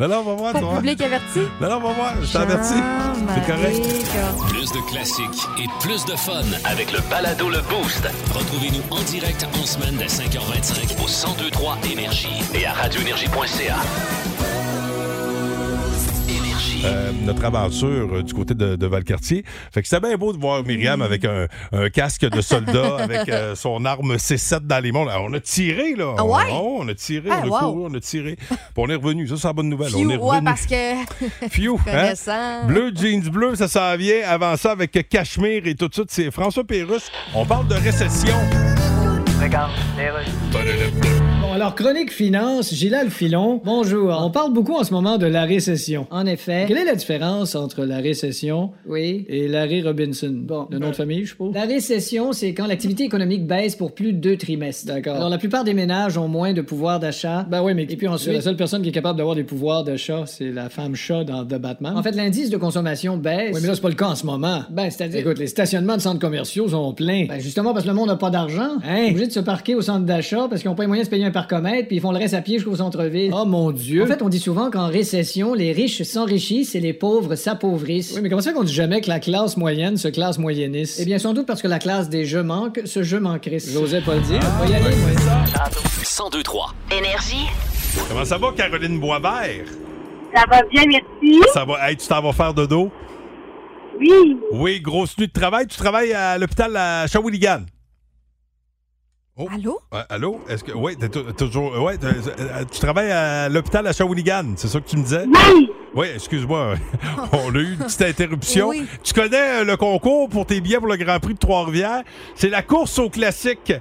Speaker 3: Non, non, on va voir, tu
Speaker 6: Pour
Speaker 3: vois.
Speaker 6: public averti.
Speaker 3: Non, non, on va voir, je t'avertis. C'est correct.
Speaker 1: Plus de classiques et plus de fun avec le balado Le Boost. Retrouvez-nous en direct en semaine dès 5h25 au 1023 Énergie et à radioénergie.ca.
Speaker 3: Euh, notre aventure euh, du côté de, de Valcartier. Fait que c'était bien beau de voir Myriam avec un, un casque de
Speaker 6: [LAUGHS]
Speaker 3: soldat, avec euh, son arme C7 dans les mains. Là, On a tiré, là.
Speaker 6: Ah ouais?
Speaker 3: On, on a tiré,
Speaker 6: Ah,
Speaker 3: on a
Speaker 6: wow.
Speaker 3: couru, on a tiré. Puis on est revenu. Ça, c'est la bonne nouvelle.
Speaker 6: Piou,
Speaker 3: on est
Speaker 6: ouais,
Speaker 3: revenu.
Speaker 6: parce que.
Speaker 3: Piou, hein?
Speaker 6: Connaissant.
Speaker 3: Bleu, jeans bleu, ça s'en vient. Avant ça, avec cachemire et tout ça, c'est François Pérusse. On parle de récession.
Speaker 4: Bon, alors, chronique finance, Gilal Filon. Bonjour. On parle beaucoup en ce moment de la récession.
Speaker 5: En effet.
Speaker 4: Quelle est la différence entre la récession
Speaker 5: Oui. ben,
Speaker 4: et Larry Robinson? Bon, de nom de famille, je suppose.
Speaker 5: La récession, c'est quand l'activité économique baisse pour plus de deux trimestres.
Speaker 4: D'accord.
Speaker 5: Alors, la plupart des ménages ont moins de pouvoir d'achat.
Speaker 4: Ben oui, mais et puis ensuite,
Speaker 5: Oui.
Speaker 4: la seule personne qui est capable d'avoir des pouvoirs de chat, c'est la femme chat dans The Batman.
Speaker 5: En fait, l'indice de consommation baisse.
Speaker 4: oui, mais là, c'est pas le cas en ce moment.
Speaker 5: Ben, c'est-à-dire.
Speaker 4: Écoute, les stationnements de centres commerciaux sont pleins.
Speaker 5: Ben, justement, parce que le monde n'a pas d'argent.
Speaker 4: Hein?
Speaker 5: Ils sont obligés de se parquer au centre d'achat parce qu'ils n'ont pas les moyens de se payer un parcomètre, puis ils font le reste à pied jusqu'au centre-ville.
Speaker 4: Oh mon Dieu.
Speaker 5: En fait, on dit souvent qu'en récession, les riches s'enrichissent et les pauvres s'appauvrissent.
Speaker 4: Oui, mais comment ça qu'on dit jamais que la classe moyenne se classe moyenniste?
Speaker 5: Eh bien, sans doute parce que la classe des jeux manque, ce jeu manquerait.
Speaker 4: J'osais pas le dire.
Speaker 5: On va y aller.
Speaker 1: 1023.
Speaker 13: Énergie.
Speaker 3: Comment ça va, Caroline Boisvert?
Speaker 13: Ça va bien, merci.
Speaker 3: Ça va. Hey, tu t'en vas faire de dos?
Speaker 13: Oui.
Speaker 3: Oui, grosse nuit de travail. Tu travailles à l'hôpital à Shawinigan.
Speaker 6: Allô?
Speaker 3: Euh, allô? Est-ce que. Oui, t'es tou- toujours. Ouais, t'es- euh, tu travailles à l'hôpital à Shawinigan, c'est ça que tu me disais?
Speaker 13: Oui!
Speaker 3: Oui, excuse-moi. [LAUGHS] On a eu une petite interruption.
Speaker 13: Oui.
Speaker 3: Tu connais euh, le concours pour tes billets pour le Grand Prix de Trois-Rivières? C'est la course au classique.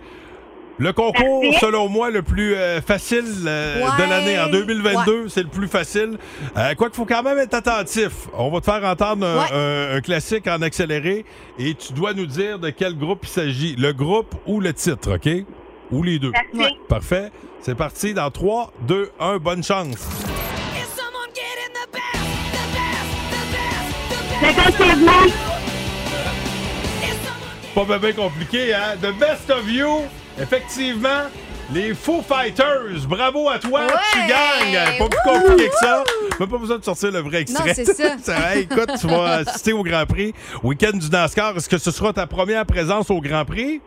Speaker 3: Le concours,
Speaker 13: Parfait.
Speaker 3: selon moi, le plus euh, facile euh,
Speaker 13: Ouais.
Speaker 3: de l'année. En 2022, c'est le plus facile. Euh, quoi qu'il faut quand même être attentif. On va te faire entendre un, un- un classique en accéléré et tu dois nous dire de quel groupe il s'agit. Le groupe ou le titre, OK? Ou les deux.
Speaker 13: Parfait. Ouais.
Speaker 3: Parfait. C'est parti dans 3, 2, 1. Bonne chance. Pas bien, bien compliqué, hein? The Best of You, effectivement, les Foo Fighters. Bravo à toi, tu gagnes. Pas plus compliqué que ça. Même pas besoin de sortir le vrai extrait.
Speaker 13: c'est
Speaker 3: [LAUGHS]
Speaker 13: ça.
Speaker 3: hey, écoute, tu vas assister au Grand Prix. Week-end du NASCAR, est-ce que ce sera ta première présence au Grand Prix?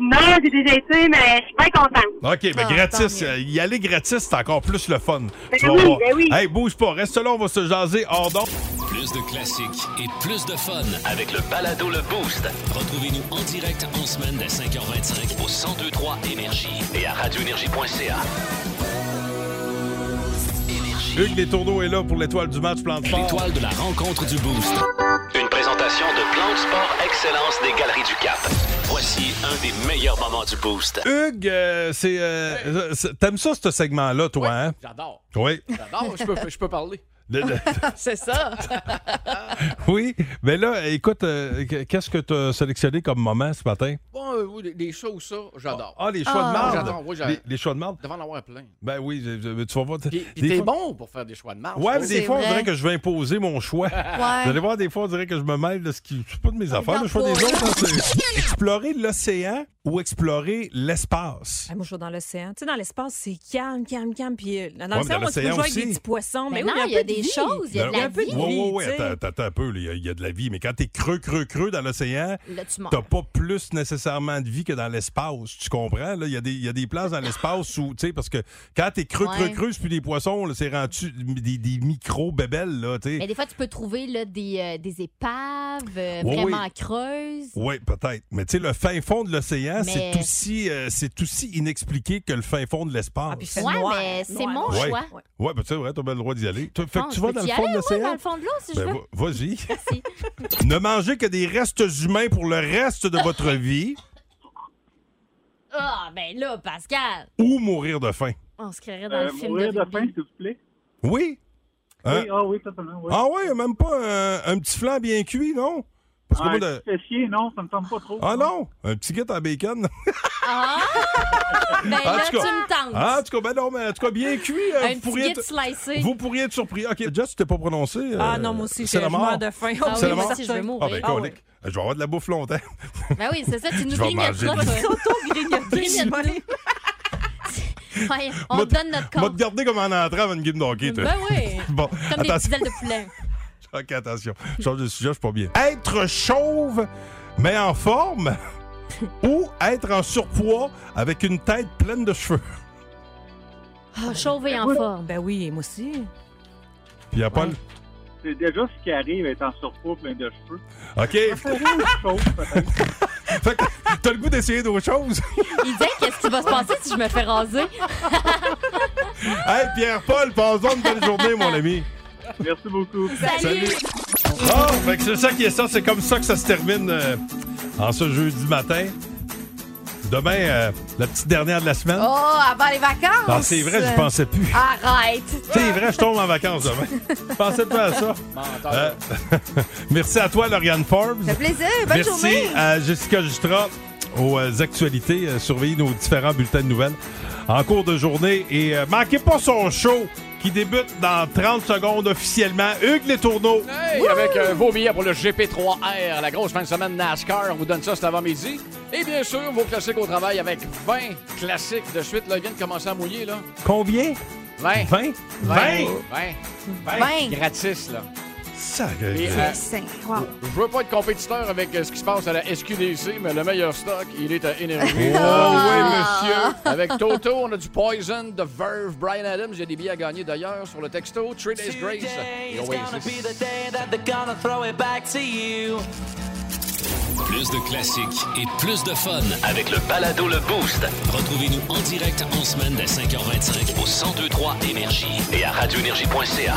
Speaker 13: Non, j'ai déjà été, mais je suis bien contente.
Speaker 3: OK, mais
Speaker 13: Ah,
Speaker 3: gratis.
Speaker 13: tant mieux.
Speaker 3: euh, Y aller gratis, c'est encore plus le fun.
Speaker 13: Ben
Speaker 3: Tu vas
Speaker 13: oui,
Speaker 3: voir.
Speaker 13: ben oui.
Speaker 3: Hey, bouge pas. Reste là, on va se jaser hors d'onde.
Speaker 1: Plus de classiques et plus de fun avec le balado Le Boost. Retrouvez-nous en direct en semaine dès 5h25 au 1023 Énergie et à radioénergie.ca.
Speaker 3: Hugues Détourneau est là pour l'étoile du match plan de sport.
Speaker 1: L'étoile de la rencontre du Boost. Une présentation de Plan de Sport Excellence des Galeries du Cap. Voici un des meilleurs moments du Boost.
Speaker 3: Hugues, euh, c'est, euh, euh, c'est- t'aimes ça, ce segment-là, toi, hein?
Speaker 16: J'adore.
Speaker 3: Oui.
Speaker 16: J'adore. Je peux, je peux parler.
Speaker 3: Le- [LAUGHS] le-
Speaker 16: C'est ça.
Speaker 3: oui. Mais là, écoute, euh, qu- qu'est-ce que tu as sélectionné comme moment ce matin?
Speaker 16: [LAUGHS] Bon, euh, oui, les- les shows, ça, j'adore.
Speaker 3: Ah, les choix de marde.
Speaker 16: J'adore, oui, j'adore.
Speaker 3: les, les choix de marde.
Speaker 16: Devant en avoir plein.
Speaker 3: Ben oui, je- je- tu vas voir. Puis,
Speaker 16: Puis t'es bon pour faire des choix de marde.
Speaker 3: Ouais,
Speaker 16: je
Speaker 3: mais
Speaker 16: trouve.
Speaker 3: des fois, on dirait que je vais imposer mon choix. [LAUGHS] Vous allez voir, des fois, on dirait que je me mêle de ce qui. C'est pas de mes affaires, le choix des autres. hein, c'est- explorer l'océan ou explorer l'espace?
Speaker 10: Ah, moi, je suis dans l'océan. Tu sais, dans l'espace, c'est calme, calme, calme. Puis euh, dans
Speaker 3: mais
Speaker 10: l'océan,
Speaker 3: dans
Speaker 10: moi, tu peux
Speaker 3: l'océan
Speaker 10: jouer avec
Speaker 3: aussi.
Speaker 10: des petits poissons.
Speaker 7: Mais
Speaker 10: Mais,
Speaker 7: Ben non,
Speaker 10: oui,
Speaker 7: il y a
Speaker 10: peu
Speaker 7: des des choses, il y a de la vie.
Speaker 3: Oui, oui, oui, attends, attends, attends un peu, là, il y a- il y, a de la vie. Mais quand t'es creux, creux, creux dans l'océan,
Speaker 7: Là, tu meurs.
Speaker 3: t'as pas plus nécessairement de vie que dans l'espace. Tu comprends? là? Il y, a des- il y a des places dans l'espace où, tu sais, parce que quand t'es creux, creux,
Speaker 7: Ouais.
Speaker 3: creux, c'est plus des poissons, là, c'est rendu des, des micro-bébelles, là, [LAUGHS] tu sais.
Speaker 7: Mais des fois, tu peux trouver là, des, euh, des épaves euh,
Speaker 3: Oui,
Speaker 7: vraiment
Speaker 3: oui.
Speaker 7: creuses.
Speaker 3: Oui, peut-être. Mais tu sais, le fin fond de l'océan,
Speaker 7: Mais-
Speaker 3: c'est aussi, euh, c'est aussi inexpliqué que le fin fond de l'espace.
Speaker 7: Ouais, mais c'est mon
Speaker 3: Ouais.
Speaker 7: choix.
Speaker 3: Ouais, ben tu sais, ouais, t'as bien le droit d'y aller. Toi, fait
Speaker 7: Ah,
Speaker 3: que tu
Speaker 7: je
Speaker 3: vas
Speaker 7: peux
Speaker 3: dans le
Speaker 7: y
Speaker 3: fond de
Speaker 7: aller, moi, dans
Speaker 3: l'océan.
Speaker 7: le fond de l'eau, si je
Speaker 3: Ben,
Speaker 7: veux.
Speaker 3: va- vas-y. [LAUGHS] ne mangez que des restes humains pour le reste de votre vie
Speaker 7: Ah, ben là, Pascal,
Speaker 3: ou mourir de faim.
Speaker 7: on se créerait dans le film de,
Speaker 17: mourir de
Speaker 7: rugby.
Speaker 17: faim, s'il vous plaît.
Speaker 3: Oui? Hein?
Speaker 17: Oui, ah oui, totalement. Oui.
Speaker 3: Ah ouais, même pas un, un petit flan bien cuit, non? Parce que
Speaker 17: Ah,
Speaker 3: moi, le-
Speaker 17: c'est chier, non, ça me tente pas trop.
Speaker 3: Ah non, un petit kit en bacon. [LAUGHS]
Speaker 7: Ah! ben
Speaker 3: En
Speaker 7: là,
Speaker 3: tout
Speaker 7: tu
Speaker 3: cas-
Speaker 7: me tentes.
Speaker 3: Ah, en tout cas, ben non, mais en tout cas, bien cuit. hein,
Speaker 7: Un
Speaker 3: vous,
Speaker 7: petit
Speaker 3: pourriez
Speaker 7: guide
Speaker 3: être,
Speaker 7: slicé. Ah
Speaker 3: vous pourriez être surpris. OK, Jess, tu t'es pas prononcé.
Speaker 10: Ah
Speaker 3: euh,
Speaker 10: non, moi aussi,
Speaker 3: c'est
Speaker 10: je-
Speaker 3: la
Speaker 10: je
Speaker 3: mort.
Speaker 10: meurs de faim. Ah
Speaker 3: C'est
Speaker 10: oui,
Speaker 3: la
Speaker 10: moi
Speaker 3: mort?
Speaker 10: aussi, je vais
Speaker 7: mourir.
Speaker 3: Ah ben,
Speaker 7: Ah
Speaker 3: colique. Je vais avoir de la bouffe longtemps.
Speaker 7: Ben oui, c'est ça, tu nous
Speaker 3: Je vais
Speaker 7: grignoteras.
Speaker 3: manger des-
Speaker 7: toi. [LAUGHS] Grignote-nous. Ouais, on
Speaker 3: Moi,
Speaker 7: te donne notre
Speaker 3: On va
Speaker 7: compte.
Speaker 3: te garder comme en entrant avant une game d'hockey. toi.
Speaker 7: Ben oui.
Speaker 3: bon,
Speaker 7: Comme des
Speaker 3: attention.
Speaker 7: petites ailes de poulet.
Speaker 3: OK, attention. Change de sujet, je suis pas bien. Être chauve, mais
Speaker 17: [LAUGHS]
Speaker 3: en forme, ou être en surpoids avec une tête pleine de cheveux.
Speaker 7: Ah, chauve et en forme.
Speaker 10: Ben oui, moi aussi.
Speaker 3: Puis a Paul.
Speaker 17: C'est déjà ce qui arrive, être en surpoids plein de cheveux.
Speaker 3: OK. [LAUGHS] fait que t'as le goût d'essayer d'autres choses.
Speaker 7: Il dit qu'est-ce qui va se passer si je me fais raser?
Speaker 3: hey, Pierre-Paul, passe-en une belle journée, mon ami.
Speaker 17: Merci beaucoup.
Speaker 3: Salut. Ah, fait que c'est ça qui est ça. C'est comme ça que ça se termine euh, en ce jeudi matin. Demain, euh, la petite dernière de la semaine.
Speaker 6: Oh, avant les vacances!
Speaker 3: Ah, c'est vrai, j'y pensais plus.
Speaker 6: Arrête!
Speaker 3: C'est vrai, je tombe en vacances demain. Pensez pas à ça. Euh, [LAUGHS] merci à toi, Lauriane Forbes.
Speaker 6: Ça fait plaisir. Bonne
Speaker 3: merci
Speaker 6: journée.
Speaker 3: à Jessica Justra aux euh, actualités. Euh, surveillez nos différents bulletins de nouvelles en cours de journée. Et euh, manquez pas son show qui débute dans 30 secondes officiellement. Hugues Les Tourneaux.
Speaker 16: Hey, avec euh, vos billets pour le GP3R, la grosse fin de semaine NASCAR, on vous donne ça cet avant-midi. Et bien sûr, vos classiques au travail avec 20 classiques de suite. Là, il vient de commencer à mouiller, là.
Speaker 3: Combien?
Speaker 16: 20.
Speaker 3: 20?
Speaker 16: 20! 20!
Speaker 6: 20.
Speaker 16: Gratis, là.
Speaker 3: Ça,
Speaker 16: Et,
Speaker 3: euh,
Speaker 16: euh,
Speaker 6: C'est wow.
Speaker 16: Je veux pas être compétiteur avec euh, ce qui se passe à la SQDC, mais le meilleur stock, il est à Énergie. Ah.
Speaker 3: Oh, oui, monsieur.
Speaker 16: Avec Toto, on a du Poison, The Verve, Brian Adams. Il y a des billets à gagner d'ailleurs sur le texto. Three Days Grace. et Oasis.
Speaker 1: Plus de classiques et plus de fun avec le balado Le Boost. Retrouvez-nous en direct en semaine dès 5h25 au 1023 Énergie et à radioénergie.ca.